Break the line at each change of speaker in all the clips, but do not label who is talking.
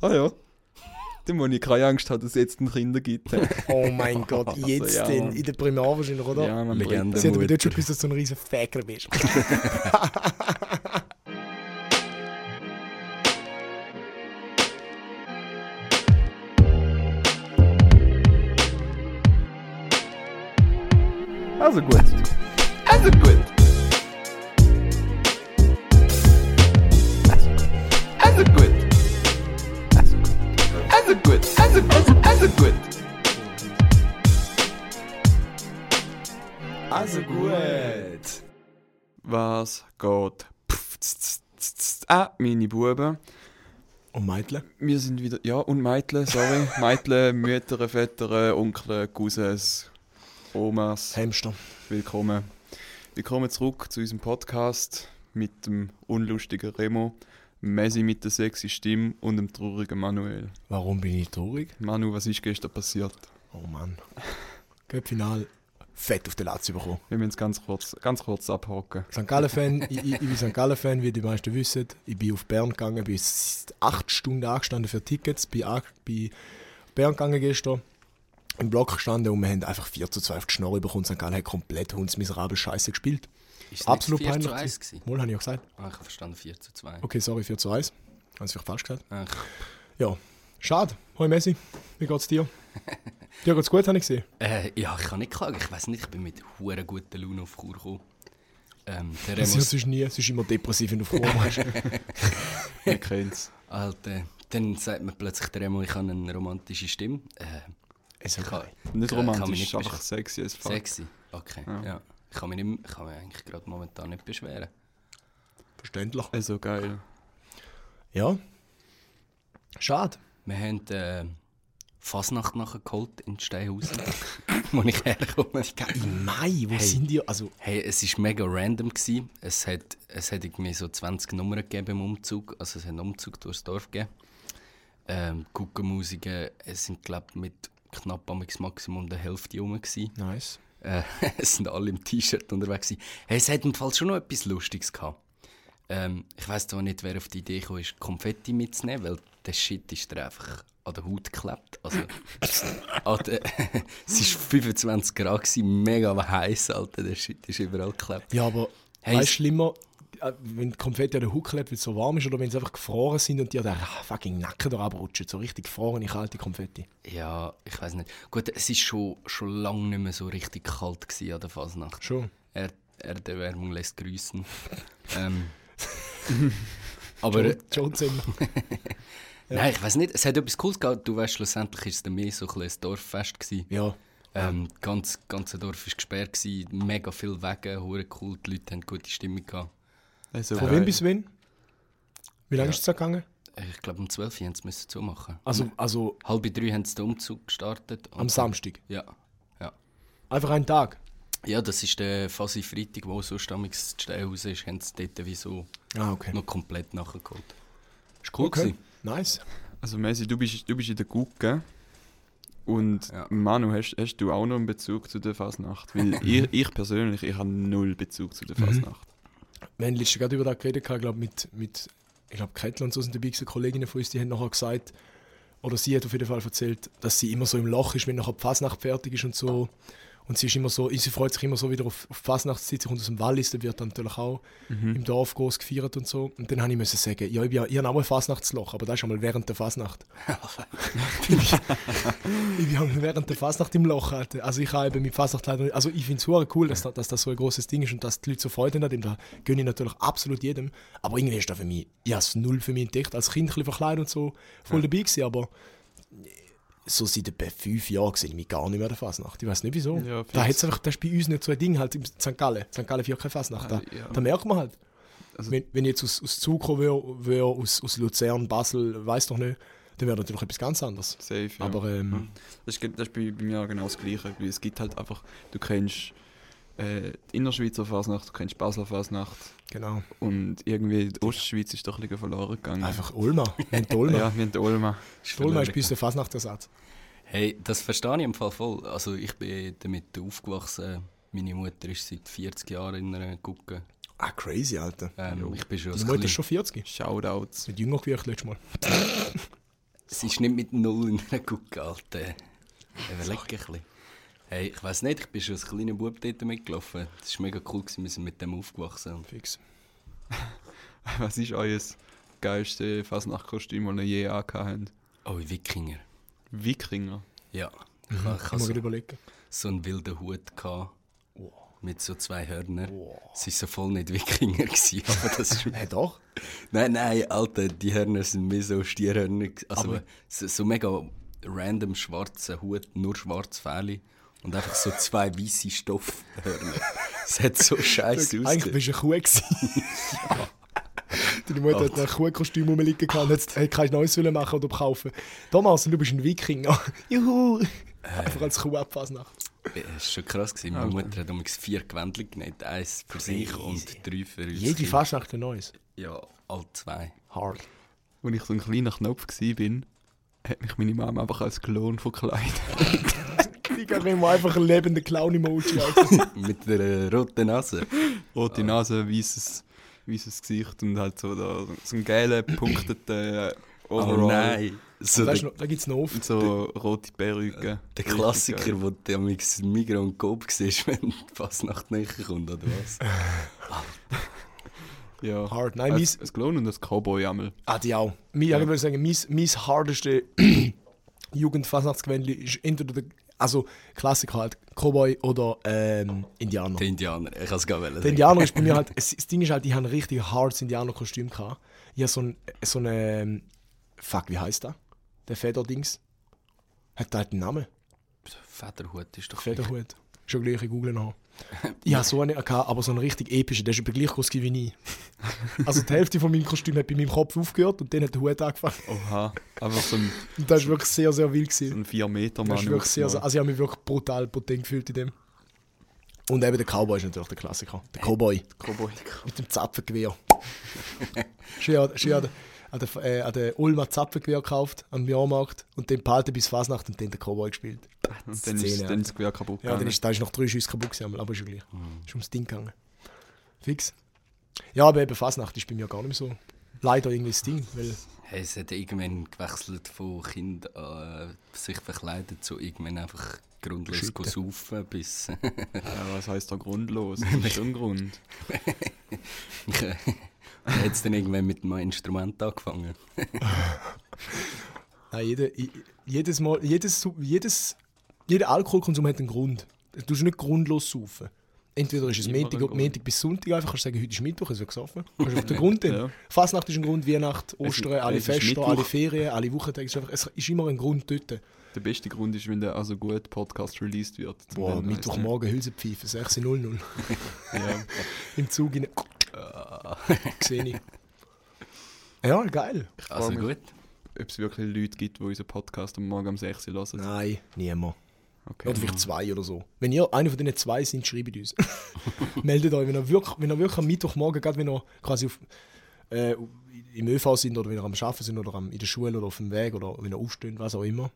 Ah ja. Dann, wo ich keine Angst habe, dass es jetzt einen Kinder gibt.
Oh mein Gott, jetzt
ja,
in,
Mann.
in der Primar wahrscheinlich, oder?
ja, man
Legende.
Sie hat aber dort schon
Mutter.
gewusst, dass du ein riesen Fäker bist.
Also gut. Also gut. Also gut. Also gut. Also gut. Also gut. Also gut. Was geht? Pff, tz, tz, tz, tz. Ah, meine Buben.
Und Meitlen?
Wir sind wieder. Ja, und Meitlen, sorry. Meitlen, Mütter, Väter, Onkel, Cousins, Omas.
Hamster.
Willkommen. Willkommen zurück zu unserem Podcast mit dem unlustigen Remo, Messi mit der sexy Stimme und dem traurigen Manuel.
Warum bin ich traurig?
Manu, was ist gestern passiert?
Oh Mann. Göppfinal. Fett auf den Latz bekommen.
Wir müssen es ganz kurz, ganz kurz abhaken.
St. Gallen-Fan, ich, ich, ich bin St. Gallen-Fan, wie die meisten wissen. Ich bin auf Bern gegangen, bin s- acht Stunden angestanden für Tickets, bin, an, bin auf Bern gegangen gestern, im Block gestanden und wir haben einfach 4 zu 2 auf die Schnorre bekommen. St. Gallen hat komplett hundsmiserabel Scheiße gespielt.
Ist
Absolut
nicht 4
peinlich.
zu 1 gewesen?
Mal habe ich auch gesagt.
Ah, ich habe verstanden 4 zu Ah, 2.
Okay, sorry, 4 zu 1. Habe ich vielleicht falsch gesagt.
Ach,
Ja, schade. Hoi Messi, wie geht's dir? dir geht's gut, habe ich gesehen.
äh, ja, ich kann nicht klagen. Ich weiß nicht, ich bin mit hure guter Laune auf Chur gekommen. Ähm, der
Es ist,
Remus,
sonst nie, es ist immer depressiv, wenn du vorkommst.
Wir kennen's.
Alter, äh, dann sagt mir plötzlich der Remo, ich habe eine romantische Stimme. Äh,
Es
ich kann,
Nicht
Ja, kann mich
romantisch,
nicht
einfach
beschweren.
sexy as fuck.
sexy. Okay, ja. Ich kann mich, nicht, ich kann mich eigentlich gerade momentan nicht beschweren.
verständlich.
Also geil.
Ja. Schade.
Wir haben äh, Fasnacht nachher geholt in Steinhausen, wo ich herkomme.
Im Mai, wo sind die? Also,
Hey, es war mega random. Gewesen. Es hat, es hat irgendwie so 20 Nummern gegeben im Umzug. Also es hat einen Umzug durchs Dorf gegeben. Ähm, Guckenmusiken, es sind glaube ich mit knapp am Maximum der Hälfte rum. Gewesen.
nice.
Äh, es sind alle im T-Shirt unterwegs. Gewesen. Hey, es hat im Fall schon noch etwas Lustiges gehabt. Ähm, ich weiss zwar nicht, wer auf die Idee kam, ist Konfetti mitzunehmen, weil der Shit ist dir einfach an der Haut geklebt. Also, an der, es war 25 Grad, gewesen, mega heiß, Alter. Der Shit ist überall geklebt.
Ja, aber
Hey,
weißt du
es-
schlimmer, äh, wenn die Konfetti an der Haut klebt, weil es so warm ist, oder wenn sie einfach gefroren sind und dir der fucking Nacken da abrutschen? So richtig gefrorene, kalte Konfetti.
Ja, ich weiß nicht. Gut, es war schon, schon lange nicht mehr so richtig kalt gewesen an der Fasnacht.
Schon.
Er, Erderwärmung lässt grüßen. ähm, aber
Schon ziemlich.
nein, ich weiß nicht, es hat etwas Cooles gehabt. Du weißt, schlussendlich war es dann mehr so ein bisschen ein Dorffest. Gewesen.
Ja.
Ähm, das ganze, ganze Dorf war gesperrt, gewesen, mega viele Wege, hure cool, die Leute haben gute Stimmung gehabt.
Also
Von wem bis wen? Wie lange ist es da gegangen?
Ich glaube, um 12 Uhr haben sie müssen zumachen.
Also, also
Halb drei haben sie den Umzug gestartet. und-
am Samstag.
Ja. ja.
Einfach einen Tag.
Ja, das ist der Fasi Freitag, wo so stammix zu Steinhaus ist, haben sie dort wie so
Ah, okay.
noch komplett nachgeholt. Ist cool
Okay.
gewesen.
Nice.
Also Messi, du bist, du bist in der Gucke. Und
Ja.
Manu, hast, hast du auch noch einen Bezug zu der Fasnacht? Weil ich, ich persönlich, ich habe null Bezug zu der
Mhm.
Fasnacht.
Wir haben letztens gerade über das geredet, ich glaube, mit, mit ich glaube, Kettler und so sind dabei gewesen, Kolleginnen von uns, die haben nachher gesagt, oder sie hat auf jeden Fall erzählt, dass sie immer so im Loch ist, wenn nachher die Fasnacht fertig ist und so. Und sie ist immer so, sie freut sich immer so wieder auf, auf die Fasnachtszeit, sie kommt aus dem Wallis, da wird dann natürlich auch im Dorf groß gefeiert und so. Und dann habe ich müssen sagen, ja, ich, bin, ja- ich habe auch ein Fasnachtsloch, aber das ist einmal während der Fasnacht. ich bin einmal während der Fasnacht im Loch, Alter. Also ich habe eben mit Fasnacht leider nicht, also ich finde es hure cool, dass, da- dass das so ein großes Ding ist und dass die Leute so Freude haben an dem, da gönne ich natürlich absolut jedem. Aber irgendwie ist das für mich, ich habe es null für mich entdeckt, als Kind ein bisschen verkleidet und so, voll dabei gewesen, aber äh, so seit etwa fünf Jahren sehe ich mich gar nicht mehr an der Fasnacht. Ich weiß nicht wieso.
Ja,
da
fix.
hat's einfach, das ist bei uns nicht so ein Ding, halt im St. Gallen. St. Gallen feiert keine Fasnacht. Da,
Ah, ja.
da merkt man halt.
Also-
wenn, wenn ich jetzt aus, aus Zug kommen würde, würde aus, aus Luzern, Basel, weiß doch nicht, dann wäre natürlich etwas ganz anderes.
Safe, ja.
Aber ähm,
Das ist, ge- das ist bei, bei mir auch genau das Gleiche. Weil es gibt halt einfach, du kennst äh, die Innerschweizer Fasnacht, du kennst die Basler Fasnacht
genau.
und irgendwie die Ostschweiz ist doch ein bisschen verloren gegangen.
Einfach Ulma. Wir haben die Ulma.
Ja, wir haben die Olma.
Die Ulma ist bei uns der Fasnachtersatz.
Hey, das verstehe ich im Fall voll. Also ich bin damit aufgewachsen. Meine Mutter ist seit 40 Jahren in einer Gucke.
Ah, crazy, Alter.
Ähm, ich bin schon
Die
als
Mutter ist
Kind-
schon 40.
Shoutouts.
Mit jünger gewirkt letztes Mal.
Es ist nicht mit null in einer Gucke, Alter. Überleg ein bisschen. Hey, ich weiß nicht, ich bin schon als kleiner Bub dort mitgelaufen. Das war mega cool, gewesen. wir sind mit dem aufgewachsen.
Fix.
Was ist euer geilste Fasnachtkostüm, das ihr je angehabt habt?
Oh, Wikinger.
Wikinger.
Ja. Ich, mhm. ich
Kann
hatte
man
so,
gut überlegen.
so einen wilden Hut gehabt, mit so zwei Hörnern. Es waren so voll nicht Wikinger, gewesen, aber das ist
Hey, doch.
Nein, nein, Alter, die Hörner sind mehr so Stierhörner. gsi. Also so, so mega random schwarzer Hut, nur schwarz Fähle und einfach so zwei weiße Stoffhörner. Es hat so scheiße
Eigentlich
ausgesehen.
bist du eine Kuh. gewesen. Deine Mutter hat ein Kuhkostüm rumliegen gehabt und jetzt hey, kannst du neues wollen machen oder kaufen. Thomas, du bist ein Wikinger. Juhu! Einfach als Kuh abfasnacht.
Es war Äh, schon krass. Gewesen. Meine Mutter hat übrigens vier Gewändchen genäht. Eins für sich und drei für uns.
Jede
Kinder.
Fasnacht ein neues.
Ja, all zwei.
Hard.
Als ich so ein kleiner Knopf war, hat mich meine Mama einfach als Klon verkleidet.
Ich glaube, wir haben einfach einen lebenden Clown-Emoji. Alter.
Mit der äh, roten Nase.
Rote
Ah.
Nase, weißes, weißes Gesicht und halt so, da, so einen gelben, punkteten
Oh
Overall.
nein.
Also,
So
Weißt du
der,
noch, da gibt es noch oft.
Und so rote Perücke.
der
Richtig geil.
Klassiker, wo du am Migros und Coop siehst, wenn die Fasnacht näher kommt, oder was?
Ja.
Hard. Nein,
Als,
mies.
als Klon und als Cowboy einmal.
Ah, die auch. Mein, ja. Ich würde sagen, mein, mein hardeste Jugendfasnachtsgewändli ist entweder der, also Klassiker halt, Cowboy oder ähm, Indianer.
Der Indianer, ich kann es gar nicht
Der Indianer ist bei mir halt, es- das Ding ist halt, ich habe ein richtig hartes Indianer-Kostüm gehabt. Ich habe so ein, so ein, ähm, fuck, wie heißt der? Der Federdings. Hat der halt einen Namen?
Federhut ist doch
Federhut. Schon gleich, ich google nach. Ich habe so einen gehabt, aber so einen richtig epischen, der ist über gleich groß gewesen wie ich. Also die Hälfte von meinem Kostüm hat bei meinem Kopf aufgehört und dann hat der Hut angefangen.
Oha. Einfach so ein,
Und das war wirklich sehr, sehr wild.
so
Gewesen.
ein 4-Meter-Mann.
Das ist wirklich sehr, sehr,
aufgemalt.
also ich habe mich wirklich brutal potent gefühlt in dem. Und eben der Cowboy ist natürlich der Klassiker. Der Cowboy.
Cowboy.
Mit dem Zapfengewehr. schön an- schön an, der- an, der, äh, an der Ulmer Zapfengewehr gekauft, am Jahrmarkt. Und den behalten bis Fasnacht und dann den Cowboy gespielt.
Und dann ist,
Szene,
dann ist das Gewehr kaputt
Ja, dann
gegangen.
ist, da ist noch drei Schüsse kaputt gewesen, aber ist schon gleich. Ist ums Ding gegangen. Fix. Ja, aber eben Fasnacht ist bei mir gar nicht mehr so. Leider irgendwie das Ding, weil
Hey, es hat irgendwann gewechselt von Kind an äh, sich verkleiden zu irgendwann einfach grundlos
Schütten.
saufen, bis
Ja, was heisst da grundlos? Das ist schon ein Grund.
dann hat es dann irgendwann mit meinem Instrument angefangen.
nein, jede, i- jedes Mal, jedes, jedes, jeder Alkoholkonsum hat einen Grund. Du tust nicht grundlos saufen. Entweder ist es
Immer
Montag,
einen Grund.
Montag bis Sonntag einfach, kannst du sagen, heute ist Mittwoch, es wird gesoffen. Kannst du auf den Grund
Ja.
hin. Fasnacht ist ein Grund, Weihnacht, Ostern, alle
es ist
Feste,
Mittwoch.
alle Ferien, alle Wochentage. Es ist, einfach, es ist immer ein Grund dort.
Der beste Grund ist, wenn der also gut Podcast released wird. Zum
Boah,
Dann weiss
Mittwochmorgen Hülsenpfeife, 16.00.
ich. Ja.
Im Zug rein. Ah. Sehe ich. Ja, geil.
Also
frag mich-
gut.
Ob es wirklich Leute gibt, die unseren Podcast am Morgen um 6 Uhr hören.
Nein, niemand.
Okay.
Oder
Genau.
vielleicht zwei oder so. Wenn ihr einer von diesen zwei sind, schreibt uns. Meldet euch, wenn ihr wirklich, wenn ihr wirklich am Mittwochmorgen, gerade wenn ihr quasi auf, äh, im ÖV sind oder wenn ihr am Arbeiten sind oder am, in der Schule oder auf dem Weg oder wenn ihr aufsteht, was auch immer.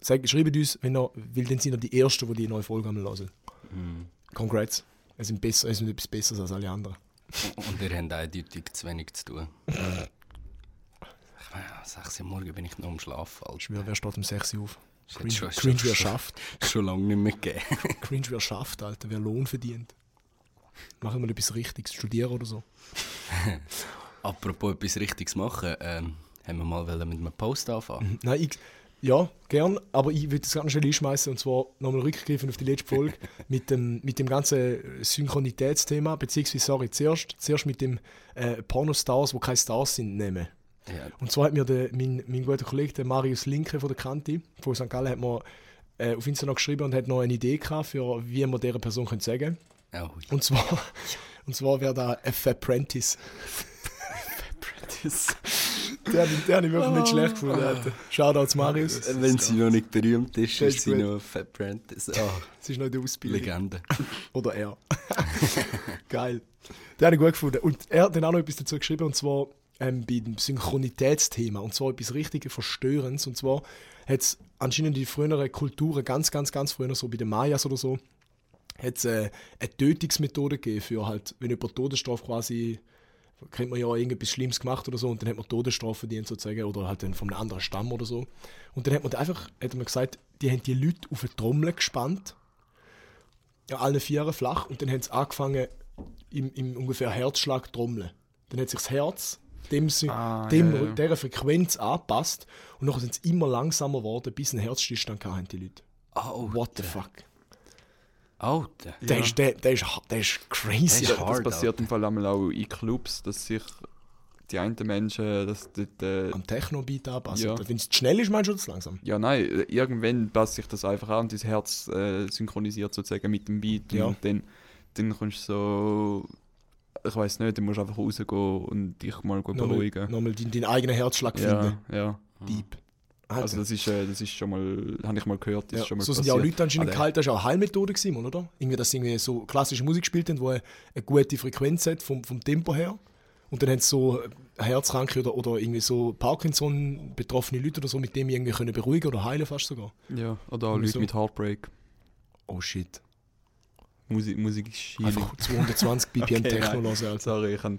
Sagt, schreibt uns, wenn ihr, weil dann sind ihr die Ersten, die die neue Folge einmal hören.
Hm.
Congrats. Es sind, besser, es sind etwas Besseres als alle anderen.
Und ihr habt eindeutig zu wenig zu tun. ich meine, 6 Uhr morgen bin ich noch am Schlafen. also Alter.
Schwör, wer steht um 6 Uhr auf?
Das hat
Cringe,
schon-
cringe
schon-
wer schafft.
Schon lange nicht mehr gegeben.
Cringe wer schafft, Alter. Wer Lohn verdient. Machen wir etwas Richtiges, studieren oder so.
Apropos etwas Richtiges machen, ähm, haben wir mal wollen mit einem Post anfangen.
Nein, ich, ja, gern, aber ich würde das ganz schnell einschmeißen und zwar nochmal rückgreifen auf die letzte Folge mit dem, mit dem ganzen Synchronitätsthema, beziehungsweise, sorry, zuerst, zuerst mit dem äh, Pornostars, die keine Stars sind, nehmen.
Ja.
Und zwar hat mir der, mein, mein guter Kollege, der Marius Linke von der Kanti, von St. Gallen, hat mir äh, auf Instagram geschrieben und hat noch eine Idee gehabt, für wie man dieser Person können sagen können.
Oh,
Und zwar, und zwar wäre da F. Apprentice. Der, den habe ich wirklich nicht schlecht gefunden. Alter. Shoutouts Marius.
Äh, Wenn sie noch nicht berühmt ist,
Das ist
ist sie
gut.
noch Fat Prentice. Ah,
Das ist noch in der Ausbildung.
Legende.
Oder er. Geil. Den habe ich gut gefunden. Und er hat dann auch noch etwas dazu geschrieben, und zwar ähm, bei dem Synchronitätsthema. Und zwar etwas richtig Verstörendes. Und zwar hat es anscheinend in früheren Kulturen, ganz, ganz, ganz früher, so bei den Mayas oder so, hat es äh, eine Tötungsmethode gegeben für halt, wenn jemand Todesstrafe quasi kennt man ja irgendetwas Schlimmes gemacht oder so und dann hat man Todesstrafe verdient sozusagen oder halt dann von einem anderen Stamm oder so. Und dann hat man einfach, hat man gesagt, die haben die Leute auf eine Trommel gespannt, ja, alle Vieren flach und dann haben sie angefangen im, im ungefähr Herzschlag trommeln. Dann hat sich das Herz dem, Sy-
Ah,
dem,
ja, ja.
dieser Frequenz angepasst und nachher sind sie immer langsamer geworden, bis ein Herzstillstand hatten die Leute.
Oh,
Au,
What the fuck?
Alter.
Der, ist, der, der, ist, der ist crazy.
Der ist
Das
hard,
passiert im Fall einmal auch in Clubs, dass sich die einen Menschen, dass dort, äh,
am Techno-Beat anpassen.
Ja.
Wenn es schnell ist, meinst du das langsam?
ja nein, äh, irgendwann passt sich das einfach an und dein Herz äh, synchronisiert sozusagen mit dem Beat
Ja.
und dann, dann kommst du so, ich weiß nicht, dann musst du einfach rausgehen und dich mal go beruhigen.
Nochmal deinen, deinen eigenen Herzschlag
Ja,
finden.
ja.
Deep.
Also das ist, äh, das ist schon mal, habe ich mal gehört, das
ja.
ist schon mal
so sind
passiert.
ja auch Leute anscheinend
Ah,
gehalten, das war auch eine Heilmethode, gewesen, Mann, oder? Irgendwie, dass sie irgendwie so klassische Musik gespielt haben, die eine eine gute Frequenz hat vom, vom Tempo her. Und dann haben sie so äh, Herzkranke oder, oder irgendwie so Parkinson-betroffene Leute oder so, mit denen irgendwie können beruhigen oder heilen fast sogar.
Ja, oder auch
Irgendwie
Leute
so.
mit Heartbreak.
Oh shit.
Musik, Musik ist Schiene.
Einfach 220 BPM
Okay,
Techno
nein.
hören, Alter.
Sorry, ich, kann,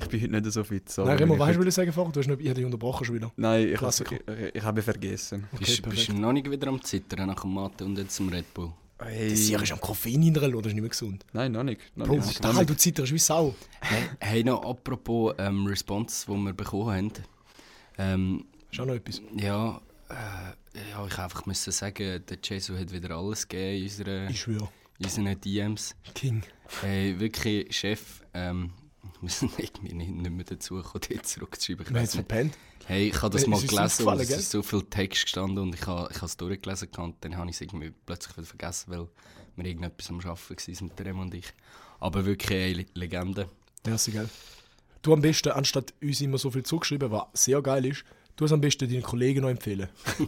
ich bin heute nicht so fit. Sorry,
also. Nein, Remo,
ich
was hast
heute-
du sagen vorher? Du hast nicht, ich habe dich unterbrochen schon wieder.
Nein, ich,
Klassiker.
ich, ich, ich habe vergessen.
bist, bist du noch nicht wieder am Zittern nach dem Mathe und jetzt zum Red Bull?
Das
Äh,
hier ist am Koffein hinterher, oder? Das ist nicht mehr gesund.
Nein, noch nicht. Noch
Bro,
nicht.
total, du zitterst wie Sau.
hey, hey, noch apropos ähm, Response, die wir bekommen haben. Ähm,
Ist auch noch etwas.
ja, äh, ja, ich einfach müssen sagen, der Jesu hat wieder alles gegeben in unseren,
Ich schwöre.
in unseren DMs.
King.
Hey, wirklich, Chef, ähm, wir sind irgendwie nicht, nicht mehr dazu gekommen, dir zurückzuschreiben. Ich
Wir haben es
weiss nicht.
verpennt.
Hey, ich habe das
Hey,
mal
es Äh, ist
gelesen und
aufgefallen,
es
gell?
ist so viel Text gestanden und ich habe, ich habe es durchgelesen gehabt, dann habe ich es irgendwie plötzlich wieder vergessen, weil wir irgendetwas am Arbeiten waren mit Remo und ich. Aber wirklich, hey, Le- Legende.
Merci, gell? Du am besten, anstatt uns immer so viel zugeschrieben, was sehr geil ist, du es am besten deinen Kollegen noch empfehlen.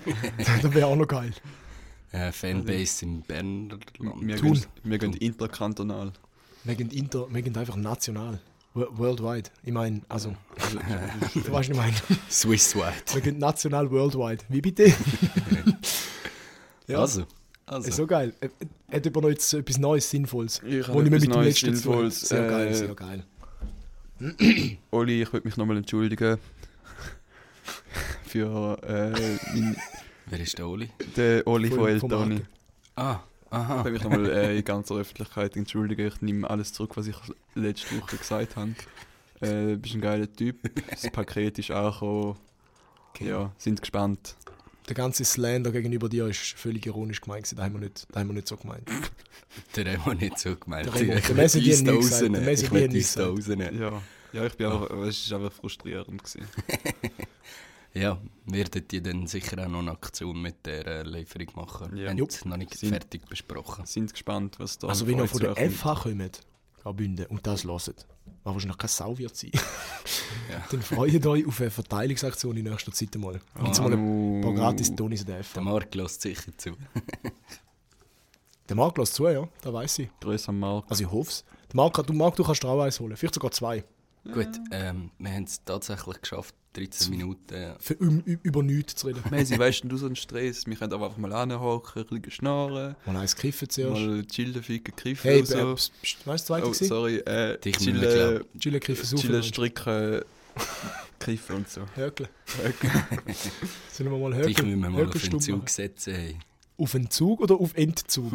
das wäre auch noch geil.
Äh, Fanbase im Berner
Wir,
Land.
gehen, wir gehen interkantonal.
Wir gehen, inter, wir gehen einfach national. Wo- Worldwide. Ich meine, also. du weißt, was ich meine.
Swisswide.
Wir gehen national, worldwide. Wie bitte? Ja.
Also,
Ist
also.
so geil. Äh, äh, Hat jemand noch jetzt etwas Neues, Sinnvolles?
Ich habe
Wo nicht mehr
etwas
mit dem
Neues,
letzten zu tun hat.
Sinnvolles,
Sehr geil,
äh,
sehr geil.
Oli, ich würde mich nochmal entschuldigen. Für äh, mein-
Wer ist der Oli?
den Oli
Voll
von
vom
Eltoni.
Alten.
Ah,
Ich
aha.
will mich nochmal äh, in ganzer Öffentlichkeit entschuldigen. Ich nehme alles zurück, was ich letzte Woche gesagt habe. Äh, bist ein geiler Typ. Das Paket ist angekommen. Ja, sind gespannt.
Der ganze Slander gegenüber dir ist völlig ironisch gemeint. gewesen. Das haben wir nicht, das haben wir nicht so gemeint.
Der Remo hat nicht so gemeint.
Der Remo-
Ich
der
will
Messi, die
uns
hat
da
nie gesagt,
rausnehmen.
der Messi,
Ich
die
will
hat nie
uns da
gesagt.
rausnehmen.
Ja, ja ich bin einfach, es war einfach frustrierend. Gewesen.
Ja, werdet ihr dann sicher auch noch eine Aktion mit der äh, Lieferung machen?
Ja.
Ja. Haben
Jupp.
es noch nicht
Sind-
fertig besprochen.
Sind gespannt, was da
Also
auf
wenn ihr
euch
von der
zukommt.
FH kommt, Graubünden, und das hört, was wahrscheinlich keine Sau wird sein, dann freut euch auf eine Verteilungsaktion in nächster Zeit mal. Und mal ein
Oh.
paar gratis Tonis in der
Der
FH.
Marc lässt sicher zu.
Der Marc lässt zu, ja, da weiß ich.
Grüß am Markt.
Also ich hoffe es. Der Marc, hat- du, Marc, du kannst dir auch eins holen, vielleicht sogar zwei.
Äh,
Gut, ähm, wir haben es tatsächlich geschafft, 13 Minuten. äh,
Für, um, ü- über nichts zu reden.
Messi, weißt du, du so einen Stress? Wir können aber einfach mal anhocken, ein bisschen schnarren,
Mal eins kiffen zuerst.
mal chillen, ficken, kiffen
Hey,
und so.
äh, pst, pst, weißt du,
oh,
das zweite war?
sorry, äh,
Dich müssen wir
chillen,
Chillen, kiffen,
chillen,
saufen.
stricken, kiffen und so.
Hökeln. Sollen wir mal hökeln?
Dich müssen wir mal auf den
Hökelstumm machen?
Zug setzen. Hey.
Auf den Zug oder auf Endzug?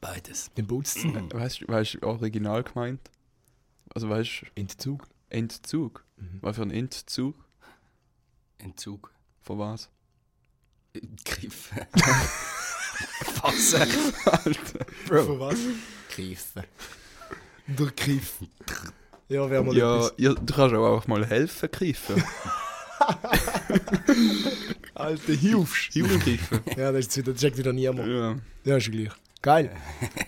Beides.
den Boots.
Weißt du, weißt, du, original gemeint? Also weißt du,
Endzug.
Entzug?
Mhm.
Was für ein Entzug?
Entzug.
Von was?
Kiffen. Fassen.
Alter.
Von was?
Kiffen.
Der Griff. Ja, wäre mal
Ja,
etwas.
ja, du kannst auch einfach mal helfen, kiffen.
Alter, hilfst.
Jungen kiffen.
Ja, das, ist, das checkt wieder niemand.
ja,
Ja, ist ja gleich. Geil.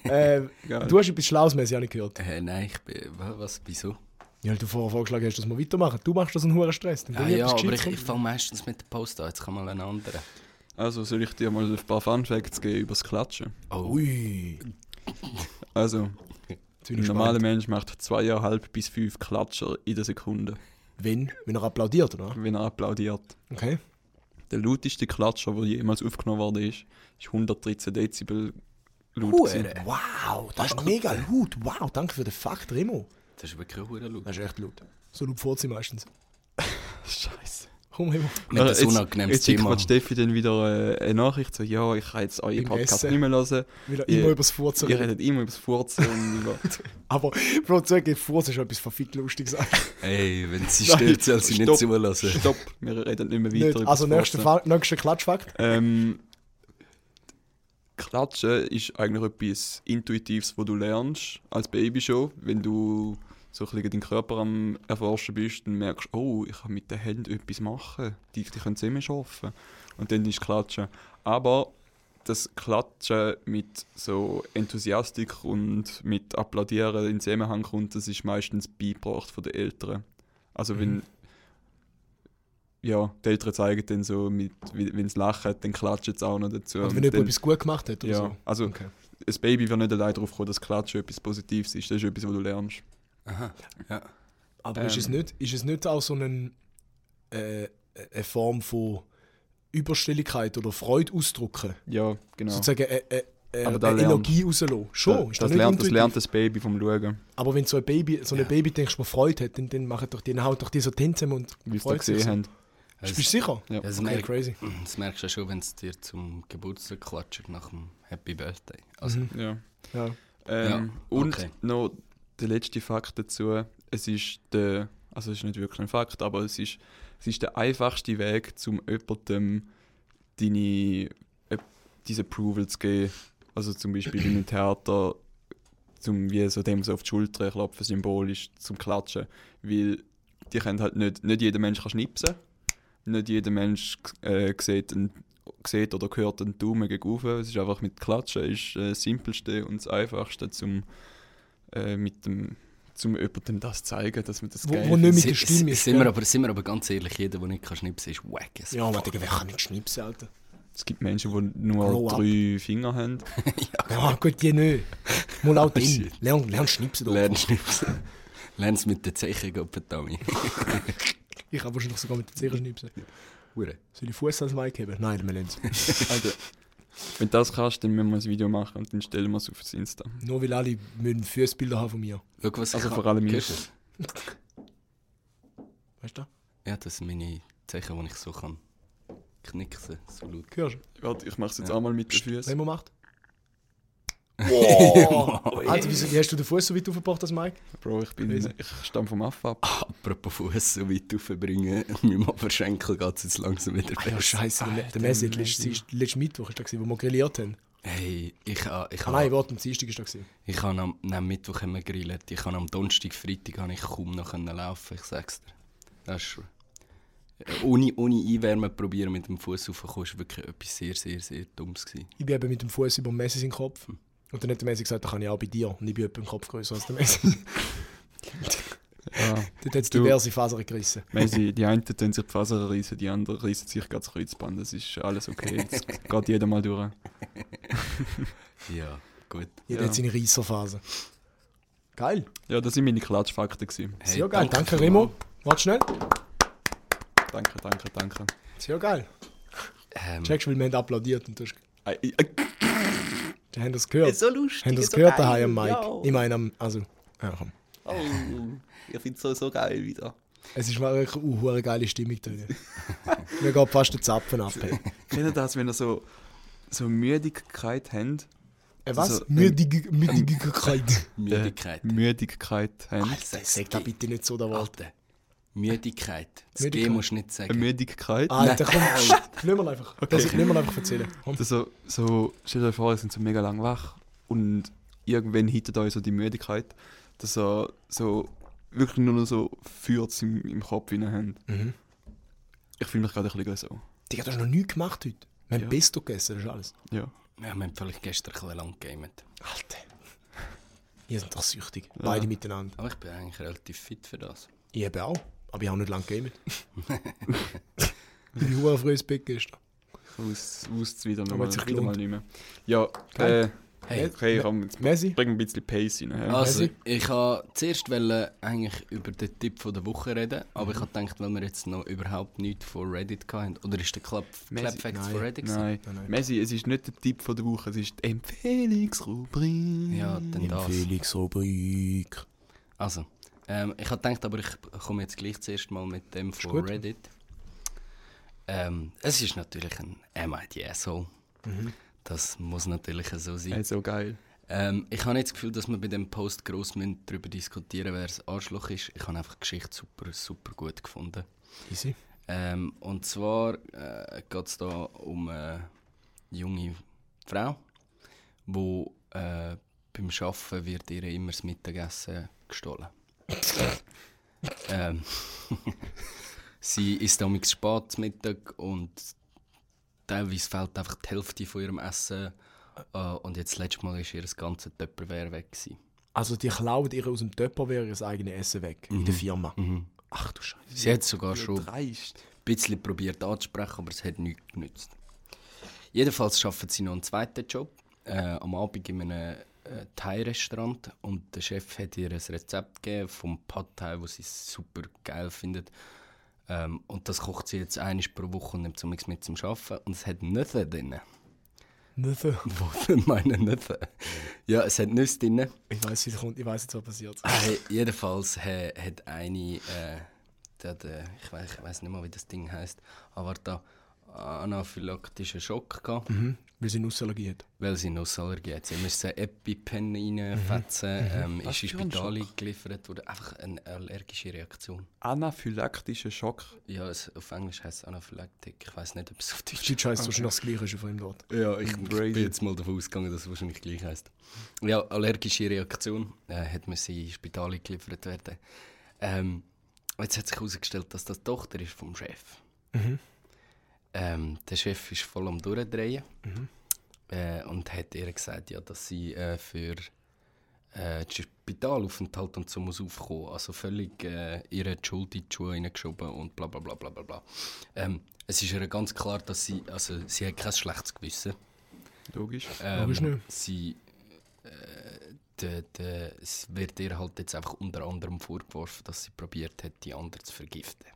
äh,
geil.
du hast etwas Schlaues, Messi, habe ich gehört.
Äh, nein, ich bin. wa- Was? Wieso?
Ja, weil du vorher vorgeschlagen hast, dass wir weitermachen. Du machst das einen hohen Stress. Dann
Ah,
bring ich
ja,
etwas
aber ich,
Gescheites
ich fange meistens mit der Post an. Jetzt kann mal einen anderen.
Also soll ich dir mal ein paar Funfacts geben über das Klatschen?
rum.
Oh,
Ui.
Also,
Jetzt bin
ein
ich
normaler
gespannt.
Mensch macht zweieinhalb bis fünf Klatscher in der Sekunde,
Wenn? Wenn er applaudiert, oder?
wenn er applaudiert.
Okay.
Der lauteste Klatscher, der jemals aufgenommen worden ist, ist 113 Dezibel laut.
Hure.
gewesen.
Wow, das ist mega laut. Wow, danke für den Fakt, Remo.
Das ist wirklich ein hoher Laut.
Das ist echt laut. So laut vor sie meistens.
Scheiße.
Komm, Remo.
Wir haben
Äh,
ein unangenehmes
jetzt schickt
Thema.
mir die Steffi dann wieder äh, eine Nachricht, so, ja, ich kann jetzt euren
Beim
Podcast
Essen.
nicht mehr hören.
Weil er
Ihr-
immer übers Furzen
Ihr
redet.
redet immer über das Furzen und über...
Aber, Bro, zugegeben, Furzen ist etwas verfickt Lustiges.
Ey, wenn sie stört, soll sie nicht
Stopp,
zulassen.
Stopp, wir reden nicht mehr weiter
Nicht.
über
Also,
das
nächster,
Furzen.
Fa nächster Klatschfakt.
Ähm, Klatschen ist eigentlich etwas Intuitives, was du lernst, als Baby schon. Wenn du so ein bisschen deinen Körper am Erforschen bist, dann merkst du, oh, ich kann mit den Händen etwas machen. Die, die können es immer schaffen. Und dann ist Klatschen. Aber das Klatschen mit so Enthusiastik und mit Applaudieren in Zusammenhang kommt, das ist meistens beigebracht von den Eltern. Also wenn ja, die Eltern zeigen dann so, mit, wenn sie lachen, dann klatschen sie auch noch dazu. Und
Und Also wenn
dann,
jemand etwas gut gemacht hat oder
ja,
so.
also
Okay.
ein Baby wird nicht allein darauf kommen, dass Klatschen etwas Positives ist. Das ist etwas, was du lernst.
Aha. Ja.
Aber ist,
Ähm.
es nicht, ist es nicht auch so ein, äh, eine Form von Überstelligkeit oder Freude ausdrücken?
Ja, genau.
Sozusagen äh, äh, äh,
Aber
eine
da lernt-
Energie rauslassen. Schon,
das,
ist
das,
nicht
lernt, das
intuitiv?
lernt das Baby vom Schauen,
Aber wenn so ein Baby, so ein Baby denkst, man Freude hat, dann, dann, machen doch die, dann haut doch die so Tänze und
wie sie da
freut
gesehen
sich.
haben.
Bist du sicher?
Ja.
Das,
Okay,
merk,
crazy.
das merkst du ja schon, wenn es dir zum Geburtstag klatscht nach dem Happy Birthday. Also,
Mhm.
Ja.
Ja.
Ähm,
Ja,
Und
okay.
noch der letzte Fakt dazu. Es ist der, also es ist nicht wirklich ein Fakt, aber es ist, es ist der einfachste Weg, zum jemandem deine, äh, diese Approval zu geben. Also zum Beispiel in einem Theater, zum wie so dem so auf die Schulter klopfen, symbolisch, zum Klatschen. Weil die können halt nicht, nicht jeder Mensch kann schnipsen. Nicht jeder Mensch äh, sieht, einen, sieht oder hört einen Daumen gegen oben. Es ist einfach mit Klatschen ist äh, das Simpelste und das Einfachste, zum, äh, mit dem, zum jemandem das zu zeigen, dass man das
Wo-
geil
wo nicht
findet.
mit der Stimme ist,
sind, wir
gell?
aber, sind wir aber ganz ehrlich, jeder, der nicht kann schnipsen, ist wack. as
Ja, man denkt, wer kann nicht schnipsen, Alter?
Es gibt Menschen, die nur
Grow up.
drei Finger haben.
Ja, gut, die nicht. Mal auch drin.
Shit.
Lern, lern schnipsen.
fuck.
doch.
Lern schnipsen. Lern's mit den Zeichen, gehen, verdammt.
Ich kann wahrscheinlich sogar mit den Zehen schnipsen.
Hure.
Soll ich Fuß als Mike haben? Nein, wir lassen es.
Also, wenn du das kannst, dann müssen wir ein Video machen und dann stellen wir es auf das Insta.
Nur weil alle müssen Füßbilder haben von mir.
Schau, was
Also
ich
vor
kann.
allem ich.
Hörst du das?
Weißt du? das?
Ja, das sind meine Zeichen, die ich so kann. Knicksen, so laut.
Hörst du?
Warte, ich mache es jetzt auch mal mit den Füßen.
Remo macht. Alter, wieso wie hast du den Fuß so weit aufgebracht als Mike?
Bro, ich, bin,
Crazy.
ich stamme vom Aff ab.
Apropos Fuß so weit aufbringen, meinem Oberschenkel geht es jetzt langsam wieder
Ah, ja, scheiße. der-
Alter,
der Messi,
Messi.
letzten Mittwoch ist das, gewesen, wo wir grilliert haben.
Hey, ich habe ich
Ah,
ha,
nein, warte, am Dienstag ist das. gewesen.
ich ha am nein, Mittwoch haben wir gegrillt. Ich habe am Donnerstag, Freitag habe ich kaum noch können laufen, ich sag's dir. Das ist, äh, ohne, ohne Einwärmen probieren mit dem Fuß raufzukommen, ist wirklich etwas sehr, sehr, sehr Dummes gewesen.
Ich bin eben mit dem Fuß über den Messi seinen Kopf. Und dann hat der Messi gesagt, da kann ich auch bei dir. Und ich bin etwa im Kopf größer als der Messi.
Ja.
Dort hat es
Du-
diverse Fasern gerissen.
Messi, die einen tun sich die Faser reissen, die anderen reissen sich gerade das Kreuzband. Das ist alles okay. Das geht jeder mal durch.
Ja, gut.
Jeder
Ja.
hat seine Risserphase. Geil.
Ja, das waren meine Klatschfakten. Gewesen.
Hey,
Sehr geil. Danke,
vielmals.
Remo. Warte schnell.
Danke, danke, danke.
Sehr geil.
Ähm,
Checkst du, weil wir haben applaudiert und du hast,
Ei, ei, ei.
die haben das gehört.
so lustig.
haben das
so
gehört
geil,
daheim am Mike.
ja.
Ich meine, am- also, ja, komm.
Oh, ich finde es so, so geil wieder.
Es ist mal wirklich eine hure geile Stimmung drin. Mir geht fast der Zapfen ab. Ey.
Kennt ihr das, wenn ihr so, so Müdigkeit habt?
Äh, was?
Also, wenn-
Müdige Müdigkeit.
Müdigkeit.
Äh, Müdigkeit habt.
Alter,
Sag da bitte nicht so der Wort.
Alter. Müdigkeit. Das
Müdigkeit.
G musst du nicht
Eine
sagen.
Müdigkeit.
Ah,
Alter, Ah, komm, lassen wir einfach. Das lassen wir einfach erzählen. Komm.
Das so, so, stellt euch vor, ihr seid so mega lang wach und irgendwann hittet euch so die Müdigkeit, dass ihr so wirklich nur noch so Fürze im, im Kopf rein habt. Ich fühle mich gerade ein bisschen so.
Digga, du hast noch nie gemacht heute. Wir haben
Ja.
Pesto gegessen, das ist alles.
Ja.
Ja, wir haben vielleicht gestern ein bisschen lang gegamet.
Alter. Ihr seid doch süchtig. Beide miteinander.
Aber ich bin eigentlich relativ fit für das.
Ich eben auch. Aber ich habe nicht lange gegamet. ich bin hure früh ins Bett gestern.
Aus, aus wieder
Aber
mal,
hat sich
wieder mal
gelohnt.
nicht mehr. Ja, äh,
Geil.
Hey.
Okay, komm, jetzt
Messi?
bring ein bisschen Pace rein. hä?
Also,
Messi?
ich wollte zuerst wollte eigentlich über den Tipp von der Woche reden, aber
Mhm.
ich habe gedacht, weil wir jetzt noch überhaupt nichts von Reddit hatten. Oder ist der Club,
Messi-
Club Facts
nein,
von Reddit? gewesen?
Nein.
Nein, nein.
Messi, es ist nicht der Tipp von der Woche, es ist die Empfehlungsrubrik.
Ja, dann das.
Empfehlungsrubrik.
Also, ähm, ich habe gedacht, aber ich komme jetzt gleich zuerst mal mit dem von
gut.
Reddit. Ähm, es ist natürlich ein MIDSO.
Mhm.
Das muss natürlich so sein.
Ey, so geil.
Ähm, ich habe jetzt das Gefühl, dass wir bei dem Post gross müssen darüber diskutieren wer das Arschloch ist. Ich habe einfach die Geschichte super, super gut gefunden.
Easy.
Ähm, und zwar äh, geht es da um eine junge Frau, die äh, beim Arbeiten wird ihr immer das Mittagessen gestohlen. ähm, sie isst damals spät zu Mittag und teilweise fehlt einfach die Hälfte von ihrem Essen. Äh, und jetzt das letzte Mal ist ihr das ganze Töpperwehr weg. Gewesen.
Also die klauen ihr aus dem Töpperware ihr eigenes Essen weg in der Firma. Ach du Scheiße.
Sie hat sogar schon
Dreist.
bisschen probiert anzusprechen, aber es hat nichts genützt. Jedenfalls arbeiten sie noch einen zweiten Job, äh, am Abend in einem äh, Thai-Restaurant. Und der Chef hat ihr ein Rezept gegeben vom Pad Thai, das sie super geil findet. Ähm, und das kocht sie jetzt einmal pro Woche und nimmt zum mit zum Arbeiten. Und es hat Nüsse drin.
Nüsse.
Wofür meine Nüsse? Ja, es hat Nüsse drin.
Ich weiß, jetzt kommt, ich weiß jetzt, was passiert.
Hey, jedenfalls hä- hat eine, äh, der, der, ich weiß ich weiss nicht mal, wie das Ding heißt, aber da anaphylaktischen Schock gehabt,
Mhm. Weil sie eine Nussallergie hat.
weil sie Nussallergie hat. Sie musste eine EpiPen reinfetzen, ähm, ist ins
für ein
Spital geliefert worden. Einfach eine allergische Reaktion.
Anaphylaktischer Schock.
Ja, es, auf Englisch heißt es Anaphylaktik. Ich weiß nicht, ob es auf Deutsch
Deutsch heisst wahrscheinlich das gleiche ist von ihm dort.
Ja, ich
Crazy.
bin jetzt mal davon ausgegangen, dass es wahrscheinlich gleich heißt. Ja, allergische Reaktion äh, hat man sie ins Spital geliefert werden. Ähm, jetzt hat sich herausgestellt, dass das die Tochter ist vom Chef. Ähm, der Chef ist voll am Durchdrehen äh, und hat ihr gesagt, ja, dass sie äh, für äh, den Spitalaufenthalt und so muss aufkommen. Also völlig äh, ihre Schuld in die Schuhe reingeschoben und bla bla bla bla bla. bla. Ähm, es ist ihr ganz klar, dass sie, also sie hat kein schlechtes Gewissen.
Logisch.
Logisch
Ähm,
nicht.
sie, äh, de, de, es wird ihr halt jetzt einfach unter anderem vorgeworfen, dass sie probiert hat, die anderen zu vergiften.